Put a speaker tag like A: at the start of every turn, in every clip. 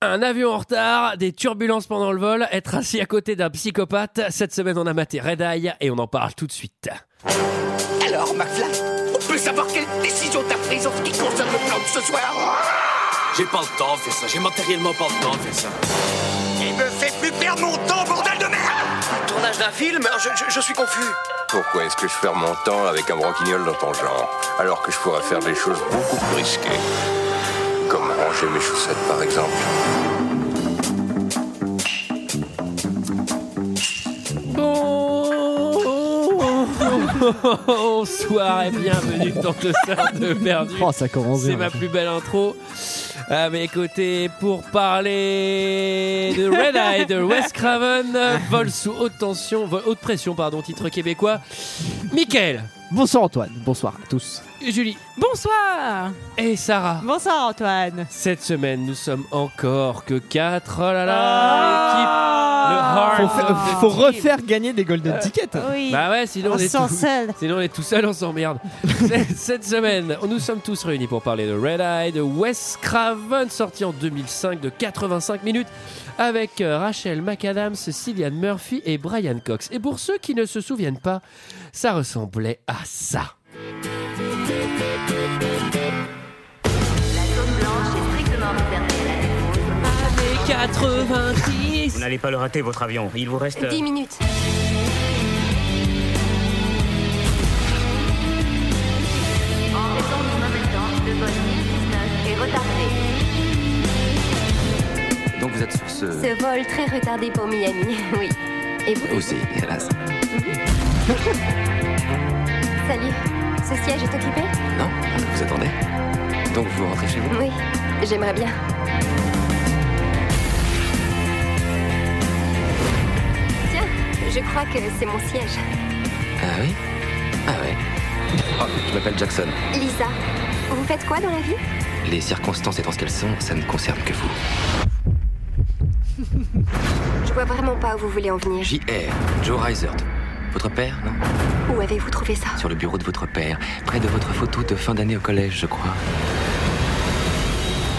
A: Un avion en retard, des turbulences pendant le vol, être assis à côté d'un psychopathe. Cette semaine, on a maté Red Eye et on en parle tout de suite.
B: Alors, McFly, on peut savoir quelle décision t'as prise en ce qui concerne le plan de ce soir
C: J'ai pas le temps de faire ça, j'ai matériellement pas le temps de faire ça.
B: Il me fait plus perdre mon temps, bordel de merde
D: Tournage d'un film je, je- je suis confus.
E: Pourquoi est-ce que je perds mon temps avec un broquignol dans ton genre, alors que je pourrais faire des choses beaucoup plus risquées Comme ranger mes chaussettes, par exemple.
A: Bonsoir et bienvenue dans le Sœur de Perdu.
F: Oh, ça commence
A: C'est
F: bien.
A: ma plus belle intro. À mes côtés pour parler de Red Eye de Wes Craven, vol sous haute tension, vol haute pression, pardon, titre québécois. Michael,
F: Bonsoir Antoine, bonsoir à tous.
A: Julie
G: Bonsoir
A: et Sarah.
G: Bonsoir Antoine
A: Cette semaine, nous sommes encore que 4. Oh là là, l'équipe. le hard.
F: Ah, Faut,
A: Ah.
F: faire-
A: Ah.
F: faut refaire gagner des golden tickets.
G: Oui,
A: Bah ouais, sinon on,
G: on
A: est
G: s'en
A: tous-
G: seul.
A: Sinon, on est tout seul, on s'emmerde. Cette- Cette semaine, nous sommes tous réunis pour parler de Red Eye, de Wes Craven, sorti en 2005 de 85 minutes, avec euh, Rachel McAdams, Cillian Murphy et Brian Cox. Et pour ceux qui ne se souviennent pas, ça ressemblait à ça.
H: Vous n'allez pas le rater, votre avion. Il vous reste... euh,
B: Euh.
I: 10 minutes. En raison du mauvais temps, le vol 1019 est retardé.
D: Donc vous êtes sur ce...
I: Ce vol très retardé pour Miami, oui. Et vous
D: Aussi, hélas.
I: Salut. Ce siège est occupé
D: Non Vous attendez Donc vous rentrez chez vous
I: Oui, j'aimerais bien. Tiens, je crois que c'est mon siège.
D: Ah oui Ah ouais. Oh, je m'appelle Jackson.
I: Lisa, vous faites quoi dans la vie
D: Les circonstances étant ce qu'elles sont, ça ne concerne que vous.
I: Je vois vraiment pas où vous voulez en venir.
D: J.R. Joe Reisert. Votre père, non
I: Où avez-vous trouvé ça
D: Sur le bureau de votre père, près de votre photo de fin d'année au collège, je crois.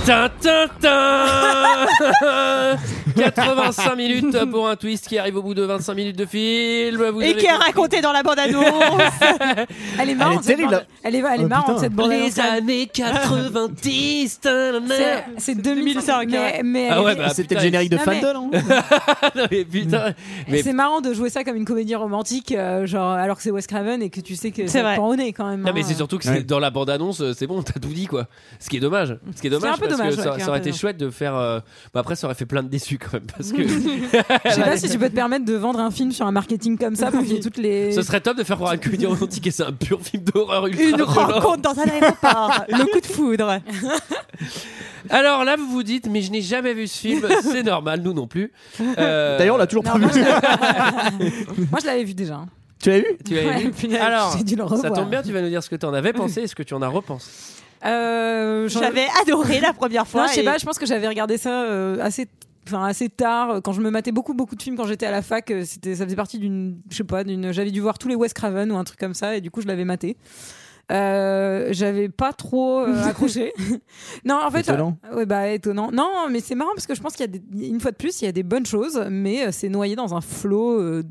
A: Tintintin 85 minutes pour un twist qui arrive au bout de 25 minutes de film. Vous avez
G: Et qui est raconté dans la bande-annonce Elle est marrante.
F: Elle est terrible.
G: cette bande- Elle est, elle est
F: Oh,
G: marrante
F: putain.
G: cette bande-annonce.
A: les années 90. tinana.
G: C'est 2005. Mais, mais
A: Ah
G: elle
A: ouais,
G: est-
A: bah, putain,
F: C'était le Mm. générique de
G: Non, mais-
F: Fandle. hein.
A: Non, mais putain, mais
G: C'est marrant de jouer ça comme une comédie romantique, euh, genre alors que c'est Wes Craven et que tu sais que
J: C'est
G: ça
J: vrai.
G: te pend au nez quand même.
A: Non mais
G: hein.
A: c'est surtout que
F: Ouais.
A: c'est- dans la bande-annonce, euh, c'est bon, t'as tout dit quoi. Ce qui est dommage. Ce qui est dommage
G: un peu
A: parce
G: dommage,
A: que
G: ouais,
A: ça,
G: qui est
A: ça
G: un
A: aurait
G: peu
A: été
G: dommage.
A: chouette de faire. euh, Bah après, ça aurait fait plein de déçus quand même parce que
G: Je sais pas si tu peux te permettre de vendre un film sur un marketing comme ça pour qu'il y ait toutes les.
A: ce serait top de faire voir une comédie romantique et c'est un pur film d'horreur ultra
F: Oh,
G: Une
A: violent.
G: rencontre dans un aéroport, le coup de foudre.
A: Alors là, vous vous dites, mais je n'ai jamais vu ce film. C'est normal, nous non plus. Euh,
F: D'ailleurs, on l'a toujours
G: Non,
F: pas vu.
G: moi, je l'avais- moi, je l'avais vu déjà. hein.
F: Tu l'as vu
A: tu l'avais vu. Alors,
G: j'ai dû le
A: ça
G: revoir.
A: tombe bien, tu vas nous dire ce que t'en avais pensé et ce que tu en as repensé.
G: Euh, j'en-
J: J'avais adoré la première fois.
G: Non, je sais
J: et-
G: pas, je pense que j'avais regardé ça euh, assez enfin assez tard euh, quand je me matais beaucoup beaucoup de films quand j'étais à la fac euh, c'était ça faisait partie d'une je sais pas d'une j'avais dû voir tous les Wes Craven ou un truc comme ça et du coup je l'avais maté Euh, j'avais pas trop euh, accroché non en fait
F: Étonnant.
G: euh, ouais bah étonnant non mais c'est marrant parce que je pense qu'il y a des- une fois de plus il y a des bonnes choses mais euh, c'est noyé dans un flot euh,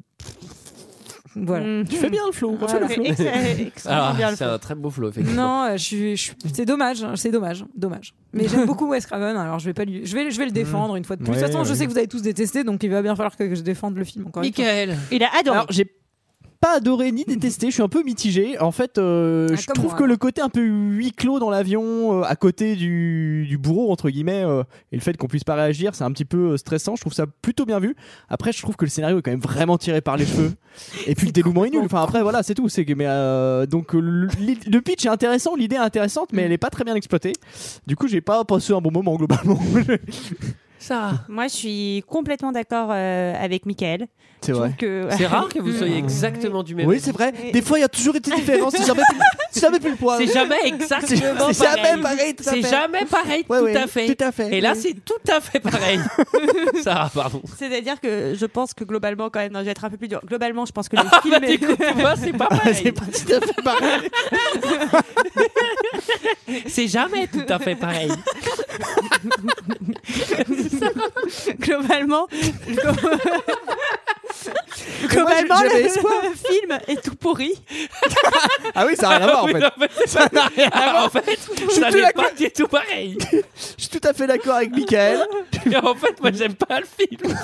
G: voilà
J: Mhm.
F: Tu fais bien le flow. refais le
J: Ouais,
F: flow.
J: ex- extrêmement
A: Alors,
J: bien le
A: Ah, c'est
J: fait.
A: un très beau flow, effectivement.
G: Non, euh, je suis, je suis- c'est dommage, hein, c'est dommage, dommage. Mais j'aime beaucoup Wes Craven, alors je vais pas lui, je vais, je vais le défendre une fois de plus. de
F: Ouais,
G: toute façon, je
F: ouais.
G: sais que vous avez tous détesté, donc il va bien falloir que que je défende le film encore. une fois.
A: Michael,
J: Il a adoré.
F: Alors, j'ai pas adoré ni détesté, je suis un peu mitigé. En fait, euh,
G: Ah,
F: je
G: comme
F: trouve
G: moi.
F: que le côté un peu huis clos dans l'avion, euh, à côté du, du bourreau, entre guillemets, euh, et le fait qu'on puisse pas réagir, c'est un petit peu euh, stressant. Je trouve ça plutôt bien vu. Après, je trouve que le scénario est quand même vraiment tiré par les cheveux. Et puis le dénouement est nul. Enfin, après, voilà, c'est tout. C'est que- mais, euh, donc, euh, le, le pitch est intéressant, l'idée est intéressante, mais elle est pas très bien exploitée. Du coup, j'ai pas passé un bon moment globalement.
A: Sarah.
J: Moi, je suis complètement d'accord euh, avec Michael.
F: c'est
J: Je
F: vrai.
J: trouve que-
A: C'est rare que vous soyez exactement du même.
F: Oui,
A: avis.
F: c'est vrai. Des fois, il y a toujours été différent. C'est jamais, plus- c'est jamais plus le poids.
A: C'est jamais exactement
F: C'est jamais
A: pareil.
F: pareil. tout à
A: C'est
F: fait.
A: jamais pareil,
F: Ouais,
A: tout
F: ouais,
A: à fait.
F: Tout à fait.
A: Et là, c'est tout à fait pareil. Sarah, pardon.
J: C'est-à-dire que je pense que globalement, quand même, non, je vais être un peu plus dur. Globalement, je pense que le film
A: Bah,
J: est-
A: t'écoutes, tu vois, c'est pas
F: Ah,
A: pareil.
F: c'est pas tout à fait pareil.
A: C'est jamais tout à fait pareil. C'est ça.
J: globalement, globalement,
F: moi, j'ai- j'avais
J: le,
F: espoir.
J: le film est tout pourri.
F: Ah oui, ça n'a rien à voir en
A: Oui,
F: fait.
A: non, mais- Ah,
F: Ça n'a rien à voir.
A: en fait, je
F: suis tout
A: savais
F: d'accord.
A: pas qu'il est tout pareil.
F: Je suis tout à fait d'accord avec Michael.
A: Et en fait, moi, j'aime pas le film.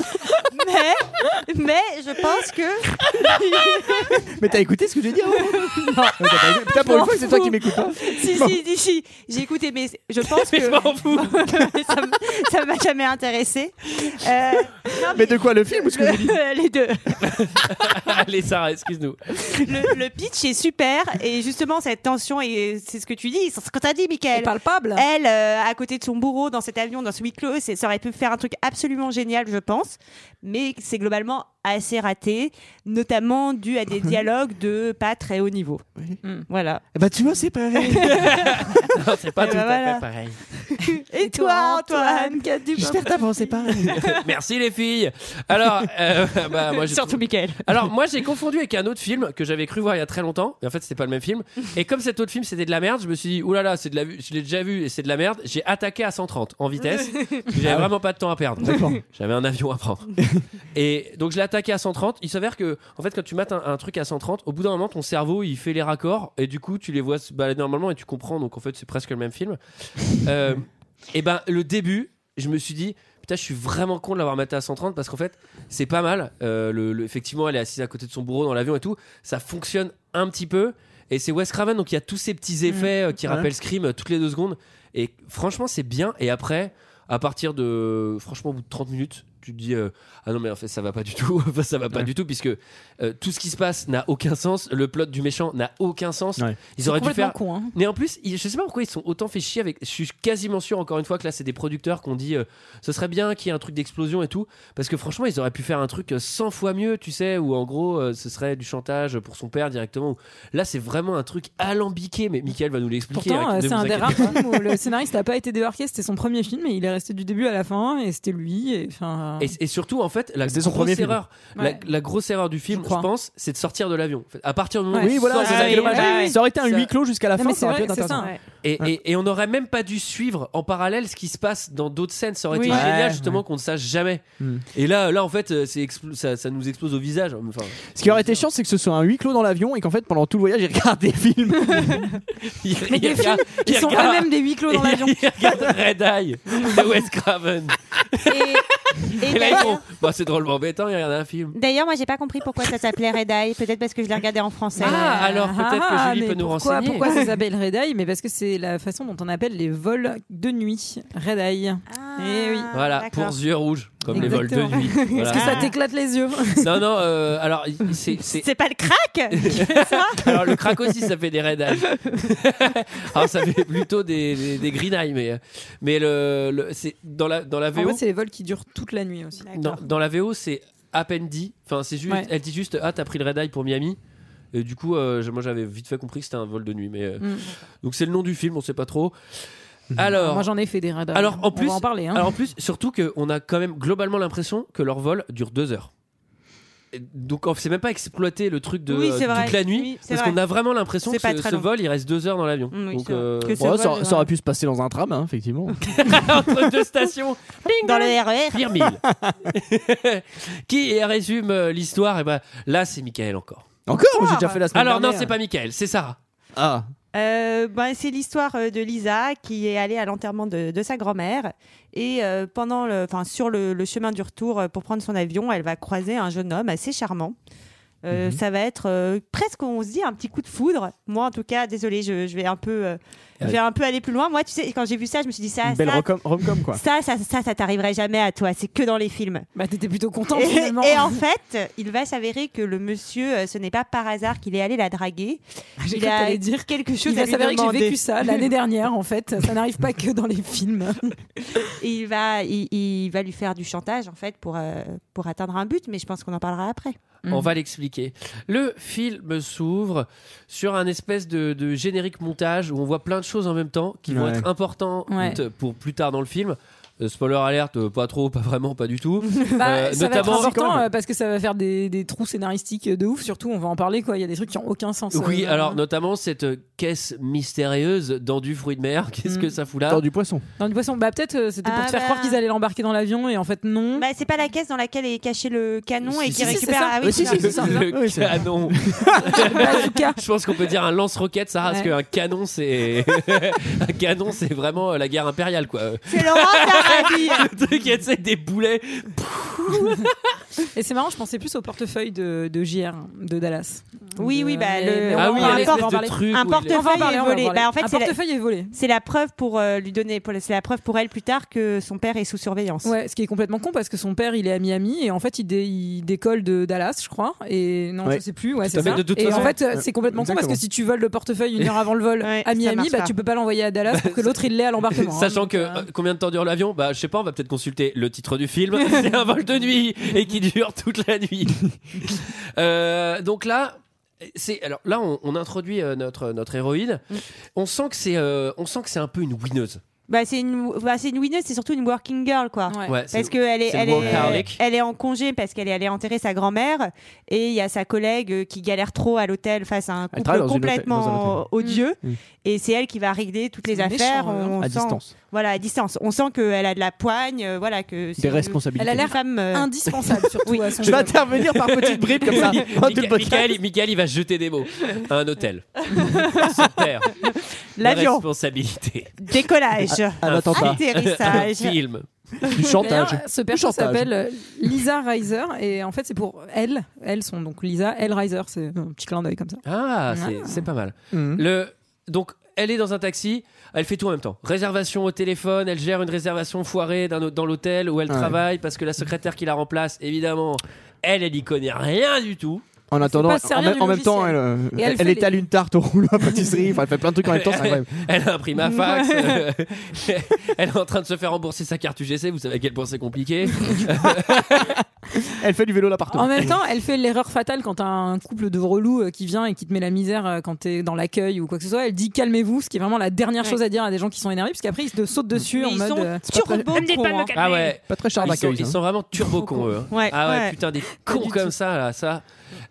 J: Mais, mais je pense que
F: Mais t'as écouté ce que j'ai dit avant Non, mais t'as pas écouté. Putain, pour
J: Je
F: une fois,
J: m'en
F: c'est toi qui
J: fous.
F: m'écoutes hein. pas.
J: si,
F: Bon.
J: si, si, si, j'ai écouté, mais je pense
A: Mais
J: que
A: je m'en fous.
J: ça m- ça m'a jamais intéressé. Euh, non,
F: Mais de quoi le film ou ce que j'ai dit
J: le- les deux.
A: Allez, Sarah, excuse-nous.
J: Le, le pitch est super et justement cette tension et c'est ce que tu dis, c'est ce que t'as dit,
G: Elle
J: Michael.
G: parle pas, là.
J: Elle, euh, à côté de son bourreau, dans cet avion, dans ce huis clos, c'est- ça aurait pu faire un truc absolument génial, je pense. Mais c'est globalement assez raté, notamment dû à des dialogues de pas très haut niveau.
F: Oui.
J: Mm. Voilà.
F: Eh Bah, tu vois, c'est pareil.
A: Non, c'est pas
J: Eh
A: tout
J: ben
A: à
J: voilà.
A: fait pareil.
J: Et toi, Antoine
G: qu'as-tu
F: J'espère que t'as pensé pareil.
A: Merci, les filles. Alors, euh, bah, moi, j'ai
J: Surtout Michael.
A: Alors moi j'ai confondu avec un autre film que j'avais cru voir il y a très longtemps, mais en fait c'était pas le même film. Et comme cet autre film c'était de la merde, je me suis dit oulala c'est de la, je l'ai déjà vu et c'est de la merde. J'ai attaqué à 130 en vitesse. J'avais vraiment pas de temps à perdre.
F: D'accord.
A: J'avais un avion à prendre. Et donc je l'ai attaqué à 130. Il s'avère que en fait quand tu mates un, un truc à 130, au bout d'un moment ton cerveau il fait les raccords et du coup tu les vois se balader normalement et tu comprends. Donc en fait c'est presque le même film. Euh, et ben le début, je me suis dit putain je suis vraiment con de l'avoir maté à 130 parce qu'en fait c'est pas mal. Euh, le, le- effectivement elle est assise à côté de son bourreau dans l'avion et tout. Ça fonctionne un petit peu. Et c'est Wes Craven donc il y a tous ces petits effets euh, qui
F: Mm. Ouais.
A: rappellent Scream euh, toutes les deux secondes. Et franchement c'est bien. Et après à partir de franchement au bout de 30 minutes tu te dis euh, ah non mais en fait ça va pas du tout enfin ça va pas
F: Ouais.
A: du tout puisque euh, tout ce qui se passe n'a aucun sens le plot du méchant n'a aucun sens
F: Ouais.
A: ils auraient dû
G: complètement
A: faire
G: con. Hein.
A: mais en plus, ils- je sais pas pourquoi ils sont autant fait chier avec. Je suis quasiment sûr, encore une fois, que là, c'est des producteurs qui ont dit euh, ce serait bien qu'il y ait un truc d'explosion et tout. Parce que franchement, ils auraient pu faire un truc euh, 100 fois mieux, tu sais, où en gros, euh, ce serait du chantage pour son père directement. Là, c'est vraiment un truc alambiqué. Mais Michael va nous l'expliquer.
G: Pourtant,
A: hein,
G: euh,
A: ne
G: c'est
A: vous
G: un des
A: inquiétez
G: rares
A: pas.
G: films où le scénariste n'a pas été débarqué. C'était son premier film et il est resté du début à la fin et c'était lui. Et, enfin,
A: Et, et surtout, en fait, la
F: C'était
A: grosse
F: son premier film.
A: erreur, la-
G: Ouais.
A: la, grosse erreur du film,
G: Je
A: je,
G: crois.
A: pense, c'est de sortir de l'avion. En fait, À partir du moment où
G: Ouais.
F: Oui,
A: tu
F: voilà,
A: sors
F: c'est
A: de
F: ça qui est
A: l'avion,
F: dommage.
G: Ah oui.
F: Ça aurait été un
A: Ça-
F: huis clos jusqu'à la
G: Non,
F: fin,
G: mais
F: ça
G: c'est
F: aurait pu
G: vrai,
F: être
G: c'est
F: intéressant.
G: ça.
A: Et, et- et on n'aurait même pas dû suivre en parallèle ce qui se passe dans d'autres scènes. Ça aurait
G: Oui.
A: été
F: Ouais,
A: génial
F: ouais.
A: justement qu'on ne sache jamais.
F: Mm.
A: Et là, là en fait, euh, c'est explo- ça, ça nous explose au visage. Enfin,
F: Ce qui aurait été chiant, c'est que ce soit un huis clos dans l'avion et qu'en fait, pendant tout le voyage, il regarde des films.
A: il,
G: Mais
A: il
G: des films
A: regarde-
G: qui
A: il
G: sont
A: regarde-
G: eux-mêmes des huis clos dans
A: il-
G: l'avion.
A: il regarde Red Eye de Wes Craven.
J: Et,
A: Et là, ils font, bah, c'est drôlement embêtant, il regarde un film.
J: D'ailleurs, moi, j'ai pas compris pourquoi ça s'appelait Red Eye. Peut-être parce que je l'ai regardé en français.
A: Ah, alors peut-être que
G: Ah,
A: Julie
G: mais
A: peut nous
G: pourquoi,
A: renseigner.
G: Pourquoi ça s'appelle Red Eye Mais parce que c'est la façon dont on appelle les vols de nuit Red Eye.
J: Ah,
G: Eh oui.
A: voilà, pour
J: d'accord.
A: yeux rouges, comme les vols de
G: Exactement.
A: nuit. Voilà.
G: Parce que ça
J: Ah.
G: t'éclate les yeux.
A: Non, non, euh, alors, il- c'est- c'est
J: C'est pas le crack
A: Alors le crack aussi, ça fait des red eyes. Alors ça fait plutôt des, des, des green eyes, mais euh, mais le, le- c'est dans la dans la
G: En
A: VO
G: fait, c'est les vols qui durent toute la nuit aussi.
A: dans, dans la VO c'est à peine dit. Enfin c'est juste,
G: Ouais.
A: elle dit juste ah t'as pris le red eye pour Miami. Et du coup, euh, je- moi j'avais vite fait compris que c'était un vol de nuit, mais euh,
G: Mm.
A: donc c'est le nom du film, on sait pas trop.
G: Ah, Moi,
A: Alors.
G: j'en ai fait des Red Eye.
A: Alors, en
G: On
A: plus-
G: va en parler. hein.
A: Alors en plus, surtout qu'on a quand même globalement l'impression que leur vol dure deux heures. Et Donc on sait même pas exploiter le truc de
J: Oui, c'est
A: euh,
J: vrai.
A: toute la nuit.
J: Oui, c'est
A: parce
J: vrai.
A: qu'on a vraiment l'impression
J: C'est
A: que
J: pas
A: ce,
J: très
A: ce
J: long.
A: vol il reste deux heures dans l'avion.
J: Mm, oui,
A: Donc
J: c'est vrai.
A: euh,
J: Que ce
F: Bon,
J: vol,
F: ça,
J: ouais.
F: ça aurait pu se passer dans un tram, hein, effectivement.
A: entre deux stations,
J: Dans le E RER.
A: pire mille. Qui résume euh, l'histoire Et ben là c'est Michael encore.
F: Encore J'ai déjà fait la semaine
A: Alors non
F: dernière.
A: c'est pas Michael, c'est Sarah.
F: Ah,
J: Euh, ben, c'est l'histoire euh, de Lisa qui est allée à l'enterrement de, de sa grand-mère et euh, pendant le, enfin sur le, le chemin du retour euh, pour prendre son avion, elle va croiser un jeune homme assez charmant. Euh,
F: Mhm.
J: Ça va être euh, presque, on se dit, un petit coup de foudre. Moi, en tout cas, désolé, je, je vais un peu, euh, je vais un peu aller plus loin. Moi, tu sais, quand j'ai vu ça, je me suis dit ça,
F: une belle
J: Ah, ça,
F: rom-com, rom-com, quoi.
J: ça, ça, ça, ça t'arriverait jamais à toi. C'est que dans les films.
G: Bah, t'étais plutôt content
J: Et-
G: finalement.
J: Et, en fait, il va s'avérer que le monsieur, euh, ce n'est pas par hasard qu'il est allé la draguer.
G: J'ai
J: il
G: cru que
J: a-
G: t'allais dire.
J: Quelque chose
G: Il
J: à
G: va
J: lui
G: s'avérer que j'ai
J: demander.
G: vécu ça l'année dernière en fait. Ça n'arrive pas que dans les films.
J: Et il va, il, il va lui faire du chantage en fait pour euh, pour atteindre un but, mais je pense qu'on en parlera après.
G: Mhm.
A: On va l'expliquer. Le film s'ouvre sur un espèce de, de générique montage où on voit plein de choses en même temps qui vont
F: Ouais.
A: être importantes
G: Ouais.
A: pour plus tard dans le film. Euh, spoiler alerte, euh, pas trop, pas vraiment, pas du tout.
G: Bah,
A: Euh,
G: ça
A: notamment-
G: va
A: Si,
G: être
A: quand
G: important
A: même.
G: euh, parce que ça va faire des, des trous scénaristiques de ouf. Surtout, on va en parler quoi. Il y a des trucs qui ont aucun sens.
A: Oui,
G: euh,
A: alors notamment cette euh, caisse mystérieuse dans du fruit de mer, qu'est-ce
G: Mm.
A: que ça fout là
F: Dans du poisson.
G: dans du poisson. Bah peut-être euh, c'était pour
J: Ah
G: te faire
J: bah.
G: croire qu'ils allaient l'embarquer dans l'avion et en fait non.
J: Bah, c'est pas la caisse dans laquelle est caché le canon
A: Si,
J: et
A: si,
J: qui
A: si,
J: récupère.
G: c'est ça.
J: Ah oui,
G: Oui, si,
J: c'est
G: si,
J: ça.
A: Le,
G: c'est ça.
A: le
F: Oui, c'est vrai.
A: canon.
G: Bazooka.
A: Je pense qu'on peut dire un lance-roquette, Sarah, parce
G: Ouais.
A: qu'un canon, c'est un canon, c'est vraiment euh, la guerre impériale, quoi.
J: C'est Laurent
G: Ah
J: Tarabie.
A: Le truc, il y a tu sais, des boulets.
G: Et c'est marrant, je pensais plus au portefeuille de, de JR de Dallas.
J: Oui,
G: De-
J: oui, bah,
G: mais-
J: le-
G: mais on
J: Ah
G: va
J: oui,
G: en
J: il y a
G: parler,
J: l'espèce
G: on va en
A: de
G: parler.
A: truc où
J: Un
A: il-
J: portefeuille
G: On va en parler,
J: est
G: on va en
J: volé.
G: parler.
J: Bah, en fait,
G: un
J: c'est la-
G: portefeuille est volé.
J: C'est la preuve pour euh, lui donner, pour- c'est la preuve pour elle plus tard que son père est sous surveillance.
G: Ouais, ce qui est complètement con parce que son père il est à Miami et en fait il, dé- il décolle de Dallas, je crois. Et non,
F: Ouais.
G: je sais plus. Ouais,
A: à
G: c'est
A: fait,
G: ça.
A: de toute
G: et
A: façon-
G: en fait, euh,
F: Ouais.
G: c'est complètement con
F: Exactement.
G: parce que si tu voles le portefeuille une heure avant le vol
J: Ouais,
G: à
J: ça
G: Miami,
J: marche
G: bah
J: pas.
G: tu peux pas l'envoyer à Dallas pour que l'autre il l'ait à l'embarquement. hein.
A: Sachant
G: Donc,
A: que
G: euh,
A: euh, combien de temps dure l'avion Bah, je sais pas, on va peut-être consulter le titre du film. C'est un vol de nuit et qui dure toute la nuit. Euh, donc là. C'est alors là on, on introduit euh, notre notre héroïne.
G: Mm.
A: On sent que c'est euh, on sent que c'est un peu une winneuse.
J: Bah, c'est une, bah, c'est une winneuse, c'est surtout une working girl, quoi.
G: ouais.
A: Ouais, c'est-
J: Parce qu'elle est,
A: c'est
J: elle,
A: le
J: est,
A: workaholic.
J: elle est en congé parce qu'elle est allée enterrer sa grand-mère et il y a sa collègue euh, qui galère trop à l'hôtel face à un couple
F: travaille dans une hôtel- dans un
J: complètement
F: hôtel.
J: euh, odieux
F: Mm. Mm.
J: et c'est elle qui va régler toutes les
G: C'est méchant,
J: affaires
G: hein.
J: on
F: à
J: sent-
F: distance.
J: Voilà à distance. On sent qu'elle a de la poigne, euh, voilà que c'est
F: Des
J: une-
F: responsabilités.
G: Elle a l'air
J: une femme. euh,
G: indispensable surtout
J: Oui.
G: à son
F: Je vais
G: job.
F: intervenir par petites bribes comme ça. Oh, tout le
A: Michael,
F: podcast.
A: Michael, Michael, il va jeter des mots à un hôtel. Super.
J: L'avion,
A: Responsabilité. Ah,
J: décollage,
F: Un attentat.
A: Un
J: atterrissage.
A: film.
F: Du chantage.
G: D'ailleurs, ce perso
F: chantage.
G: s'appelle euh, Lisa Reiser et en fait c'est pour elle. Elles sont donc Lisa, elle Reiser, c'est un petit clin d'œil comme ça.
A: Ah, c'est-
G: Ah.
A: c'est pas mal.
F: Mhm.
A: Le, donc, elle est dans un taxi, elle fait tout en même temps. Réservation au téléphone, elle gère une réservation foirée d'un autre- dans l'hôtel où elle
F: Ouais.
A: travaille parce que la secrétaire qui la remplace, évidemment, elle, elle y connaît rien du tout.
F: En attendant,
G: pas servir
F: en,
G: du
F: en même temps, elle,
G: logiciel.
F: euh,
G: Et elle
F: elle
G: fait les-
F: étale une tarte au rouleau à pâtisserie. Enfin, elle fait plein de trucs en même temps. C'est incroyable.
A: Elle a un prime à fax, euh, elle est en train de se faire rembourser sa carte UGC, vous savez à quel point c'est compliqué.
F: Elle fait du vélo l'appartement.
G: En même temps, elle fait l'erreur fatale quand t'as un couple de relous euh, qui vient et qui te met la misère euh, quand t'es dans l'accueil ou quoi que ce soit. Elle dit calmez-vous, ce qui est vraiment la dernière
J: Ouais.
G: chose à dire à des gens qui sont énervés, parce qu'après ils te sautent dessus
J: Mais
G: en
J: ils
G: mode.
J: sont
G: euh,
J: turbo cons, hein.
A: Ah ouais,
F: Pas très cher
A: ils sont,
F: d'accueil.
G: hein.
A: ils
F: ça.
A: sont vraiment turbo cons eux. hein.
J: Ouais,
A: Ah ouais,
J: ouais.
A: putain, des cons comme ça, là, ça.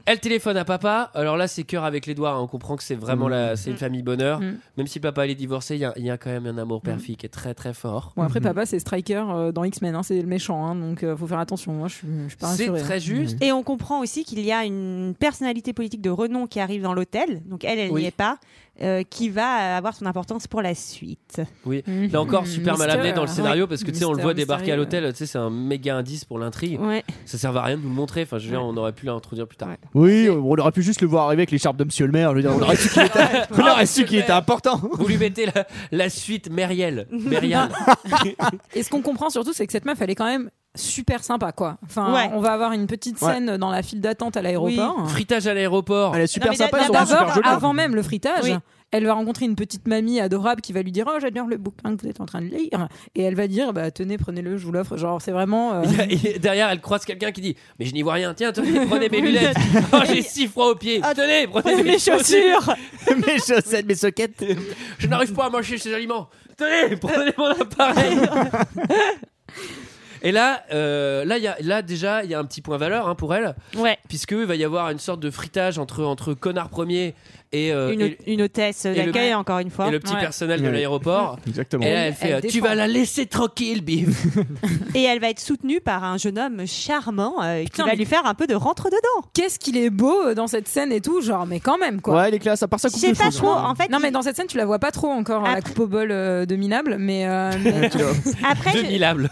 A: Elle téléphone à papa, alors là, c'est cœur avec les doigts, hein. on comprend que c'est vraiment
F: Mm.
A: la, c'est une famille bonheur.
G: Mm.
A: Même si papa, il est divorcé, il y a- il y, a quand même un amour
J: Mm.
A: père-fille qui est très très fort.
G: Bon, après, papa, c'est Striker euh, dans X-Men, hein, c'est le méchant, hein, donc euh, faut faire attention. Moi, je suis, je suis pas
A: C'est
G: rassurée, hein.
A: très juste.
J: Et on comprend aussi qu'il y a une personnalité politique de renom qui arrive dans l'hôtel, donc elle, elle
A: Oui.
J: n'y est pas, euh, qui va avoir son importance pour la suite.
A: Oui.
J: Mm.
A: Là encore, super mal
G: Mister,
A: amené dans le
G: Mhm. euh,
A: scénario parce que tu sais, on le
G: Mister
A: voit débarquer à
G: mystérieux.
A: l'hôtel, tu sais, c'est un méga indice pour l'intrigue.
J: Ouais.
A: Ça sert à rien de nous le montrer, enfin, je veux dire, on aurait pu l'introduire plus tard.
J: Ouais.
F: Oui, on aurait pu juste le voir arriver avec l'écharpe de Monsieur le Maire. Je veux dire, on aurait su qu'il était, on aurait su qu'il était important.
A: Vous lui mettez la, la suite Mériel. Mériel.
J: Bah,
G: Et ce qu'on comprend surtout, c'est que cette meuf, elle est quand même super sympa, quoi. Enfin,
J: Ouais.
G: on va avoir une petite
F: Ouais.
G: scène dans la file d'attente à l'aéroport.
J: hein.
G: Hein.
A: Fritage à l'aéroport.
F: Elle est super
J: mais
F: sympa. Ils ont un
J: d'abord,
F: super Ah.
G: D'abord,
F: jeu. de rôle.
G: avant même le fritage,
J: Oui.
G: elle va rencontrer une petite mamie adorable qui va lui dire Oh, j'adore le bouquin que vous êtes en train de lire. Et elle va dire bah, Tenez, prenez-le, je vous l'offre. Genre, c'est vraiment. euh,
A: Il y a- il y a- derrière, elle croise quelqu'un qui dit Mais je n'y vois rien, tiens, tenez, prenez mes lunettes. Oh, j'ai si froid aux pieds. Tenez, prenez mes chaussures.
F: mes chaussettes, mes soquettes.
A: Je n'arrive pas à manger ces aliments. Tenez, prenez mon appareil. Et là, euh, là, il y a, là déjà, il y a un petit point valeur hein, pour elle,
J: Ouais.
A: puisque il va y avoir une sorte de fritage entre, entre connard premier et, euh,
J: Une,
A: et,
J: une hôtesse
A: le-
J: d'accueil, encore une
A: et
J: fois.
A: le petit
G: Ouais.
A: personnel de
F: Ouais.
A: l'aéroport.
F: Exactement.
A: Et là,
G: Elle-
A: elle fait
G: elle
A: euh, Tu
G: défend.
A: vas la laisser tranquille, Biff.
J: Et elle va être soutenue par un jeune homme charmant euh, qui
G: Putain,
J: va
G: mais-
J: lui faire un peu de rentre-dedans.
G: Qu'est-ce qu'il est beau euh, dans cette scène et tout. Genre, mais quand même, quoi.
F: Ouais, il est classe. À part ça,
J: Je
F: coupe
J: sais
F: de
J: pas
F: choses. hein.
J: trop, en fait.
G: hein. Non,
J: il-
G: mais dans cette scène, tu la vois pas trop encore, la
J: Après-
G: coupe au bol euh, de Minable, mais. euh, mais-
J: Après,
A: De
J: je,
A: Milable.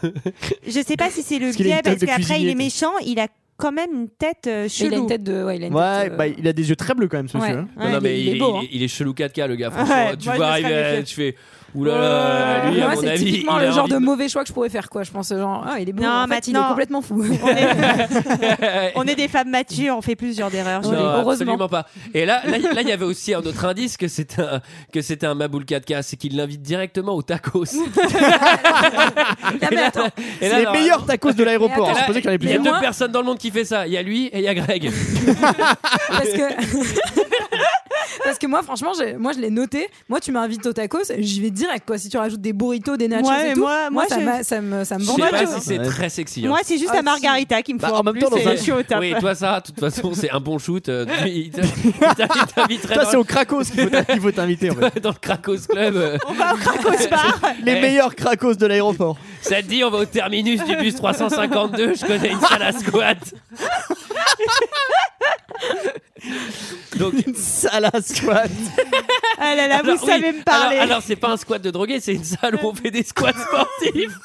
J: je sais pas si c'est le
F: Parce qu'il a une
J: biais,
F: tête
J: parce
F: de
J: qu'après, il
F: cuisinier.
J: est méchant, il a quand même une tête euh,
G: il a
J: chelou.
G: une tête de. Ouais, il a une
F: Ouais,
G: tête, euh,
F: bah, il a des yeux très bleus quand même, ce
G: ouais.
F: monsieur. hein.
J: Ouais,
A: non, non, mais
G: il, est beau. hein.
A: il est chelou 4K, le gars. Franchement,
J: Ouais,
A: tu
J: moi,
A: vois
J: je me serais
A: arriver,
J: méfiée.
A: tu fais Oulala, lui,
G: Pour
A: à
G: moi,
A: mon
G: c'est
A: avis.
G: typiquement
A: il a
G: le genre
A: envie
G: de mauvais choix que je pourrais faire, quoi. Je pense, genre, ah, il est beau,
J: Non,
G: en fait, il est
J: maintenant-
G: complètement fou.
J: On est, on est des femmes matures, on fait plus ce genre d'erreurs.
A: Non,
G: Oui, heureusement.
A: absolument pas. Et là, là, là, il y avait aussi un autre indice que c'était un, que c'était un Maboul 4K, c'est qu'il l'invite directement au tacos.
G: Non, mais attends,
A: Et
F: C'est les
A: non,
F: meilleurs tacos de
G: Et
F: l'aéroport. hein,
G: attends,
A: là,
F: Je pensais qu'il y
A: il y
F: en avait
A: a
F: plusieurs.
A: deux
G: Moi-
A: personnes dans le monde qui fait ça. Il y a lui et il y a Greg.
G: parce que. Parce que moi, franchement, j'ai- moi, je l'ai noté. Moi, tu m'invites au tacos, j'y vais direct, quoi. Si tu rajoutes des burritos, des nachos
J: Ouais,
G: et
J: mais
G: tout,
J: moi- moi,
G: ça,
J: je-
G: m'a- ça me, ça me
A: Je
G: vend
A: sais
J: Bon,
A: pas
J: bah,
A: si c'est
F: ouais.
A: très sexy. hein.
J: Moi, c'est juste
G: Ah,
J: la margarita qui me faut.
F: Bah, en même
J: plus,
F: temps, dans
J: et
F: un-
J: je suis au top.
A: Oui, toi, ça, de toute façon, c'est un bon shoot. euh, tu- il t'a- il t'inviterait
F: Toi, c'est
A: dans,
F: au Krakos qu'il faut t'a- qu'il faut t'inviter. en fait.
A: dans le Krakos Club. euh,
J: On va au Krakos Bar.
F: Les
A: Eh.
F: meilleurs Krakos de l'aéroport.
A: Ça te dit, on va au terminus du bus 352. Je connais une salle à squat. Donc,
F: Salasquat.
J: Ah là là, vous
A: Alors, oui,
J: savez me parler.
A: Alors, alors, c'est pas un squat de drogué, c'est une salle où on fait des squats sportifs.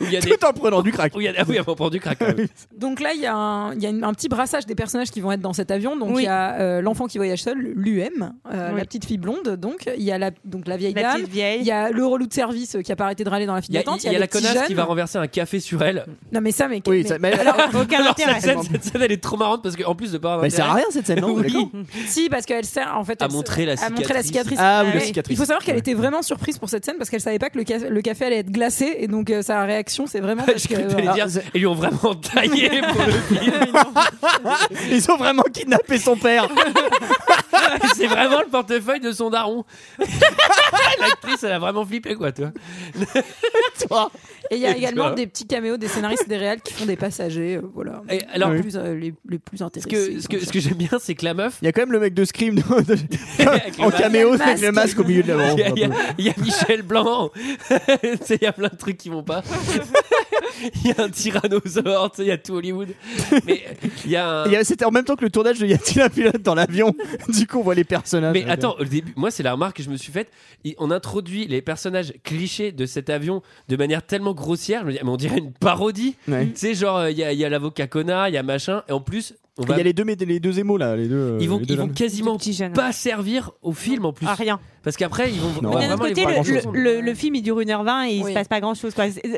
A: où il y a des.
F: Tout en prenant du crack.
A: où il y a- ah oui, on prend du crack. quand même.
G: Donc là, il y a, un, il y a une- un petit brassage des personnages qui vont être dans cet avion. Donc il
J: Oui.
G: y a euh, l'enfant qui voyage seul, l'UM, euh,
J: Oui.
G: la petite fille blonde. Donc il y a la, donc la vieille
J: La
G: dame.
J: petite
G: Il
J: vieille.
G: y a le relou de service euh, qui a pas arrêté de râler dans la file
A: Il y a,
G: d'attente.
A: il y a la
G: les petits
A: connasse qui
G: jeunes.
A: va renverser un café sur elle.
G: Non mais ça, mais,
F: Oui,
G: mais-
F: ça- mais,
J: Aucun
A: Alors, cette
J: intérêt.
A: scène, cette scène, elle est trop marrante parce qu'en plus de pas avoir
F: mais ça sert à
A: d'intérêt,
F: rien cette scène, non
A: Oui.
F: D'accord.
G: si parce qu'elle sert en fait
A: à
G: elle se-
A: montrer la
G: à
A: cicatrice.
G: montrer la cicatrice.
F: Ah oui, la
G: Ouais.
F: cicatrice.
G: Il faut savoir qu'elle
F: Ouais.
G: était vraiment surprise pour cette scène parce qu'elle savait pas que le, ca- le café allait être glacé et donc euh, sa réaction c'est vraiment parce
A: Je
G: que
A: crois que t'allais
G: voilà.
A: dire,
F: c'est-
A: ils lui ont vraiment taillé pour le film.
F: Ils ont vraiment kidnappé son père.
A: C'est vraiment le portefeuille de son daron. L'actrice, elle a vraiment flippé, quoi, toi.
F: Bah, Toi.
G: et il y a
A: Tu
G: également
A: vois.
G: des petits caméos des scénaristes des réals qui font des passagers euh, voilà
A: Et alors,
G: les, plus, euh, les, les plus
A: ce
G: intéressés
A: que, ce que, ce que j'aime bien, c'est que la meuf.
F: Il y a quand même le mec de Scream de- de-
A: avec le
F: en
A: masque,
F: caméo
G: masque.
F: avec le masque au milieu de la
A: Il y, a- il y a-
F: rampe.
A: il y a Michel Blanc, Tu sais, il y a plein de trucs qui vont pas. Il y a un tyrannosaure, tu sais, il y a tout Hollywood. Mais il y a un.
F: Il y a- C'était en même temps que le tournage de Yatina Pilote dans l'avion. Du coup, on voit les personnages.
A: Mais attends, au début, moi c'est la remarque que je me suis faite. Il- On introduit les personnages clichés de cet avion de manière tellement grossière, je me dis, mais on dirait une parodie.
F: Ouais.
A: Tu sais, genre, euh, il y a, il y a l'avocat connard, il y a machin, et en plus, on
F: Il
A: va,
F: y a les deux, mé- les deux émaux là, les deux.
A: ils vont,
F: les deux
A: ils vont
F: dames.
A: quasiment
J: Petit jeune.
A: pas servir au film en plus.
J: Ah, rien.
A: Parce qu'après, ils vont on
F: Non.
A: va
J: Mais d'un
A: vraiment
J: autre
A: les
J: côté,
A: voir
J: le,
A: grand-chose.
J: le- le- le film il dure 1h20 et il
G: Oui.
J: se passe pas grand chose.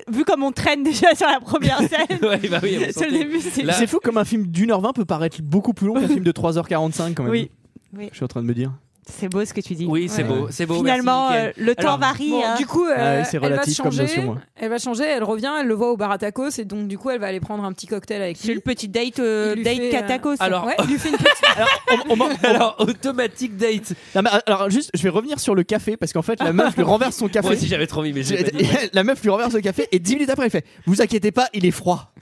J: Vu comme on traîne déjà sur la première scène,
A: Ouais, bah oui, on
J: sur
A: sentait-
J: le début, c'est.
A: Là-
F: C'est fou comme un film d'une heure vingt peut paraître beaucoup plus long qu'un film de 3h45 quand même.
J: Oui. Oui.
F: Je suis en train de me dire.
J: C'est beau ce que tu dis.
A: Oui, c'est
F: Ouais.
A: beau, c'est beau.
J: Finalement,
A: merci,
J: euh,
A: Mickaël.
J: le temps
A: Alors,
J: varie.
G: Bon,
J: hein.
G: du coup, euh,
F: Ah oui, c'est
G: elle va
F: relatif
G: changer.
F: comme notion, ouais.
G: Elle va changer. Elle revient. Elle le voit au bar à tacos et donc du coup, elle va aller prendre un petit cocktail avec
J: C'est
G: lui.
J: le petit date, euh,
G: Il lui
J: date
G: fait, euh,
J: Katakos.
A: Alors-
G: Ouais, il lui fait une petite.
J: euh,
A: Alors, automatique date.
F: Non, mais, euh, alors juste, je vais revenir sur le café parce qu'en fait la meuf lui renverse son café.
A: Moi aussi j'avais trop envie, mais j'ai pas dit.
F: la meuf lui renverse le café et 10 minutes après elle fait Vous inquiétez pas, il est froid.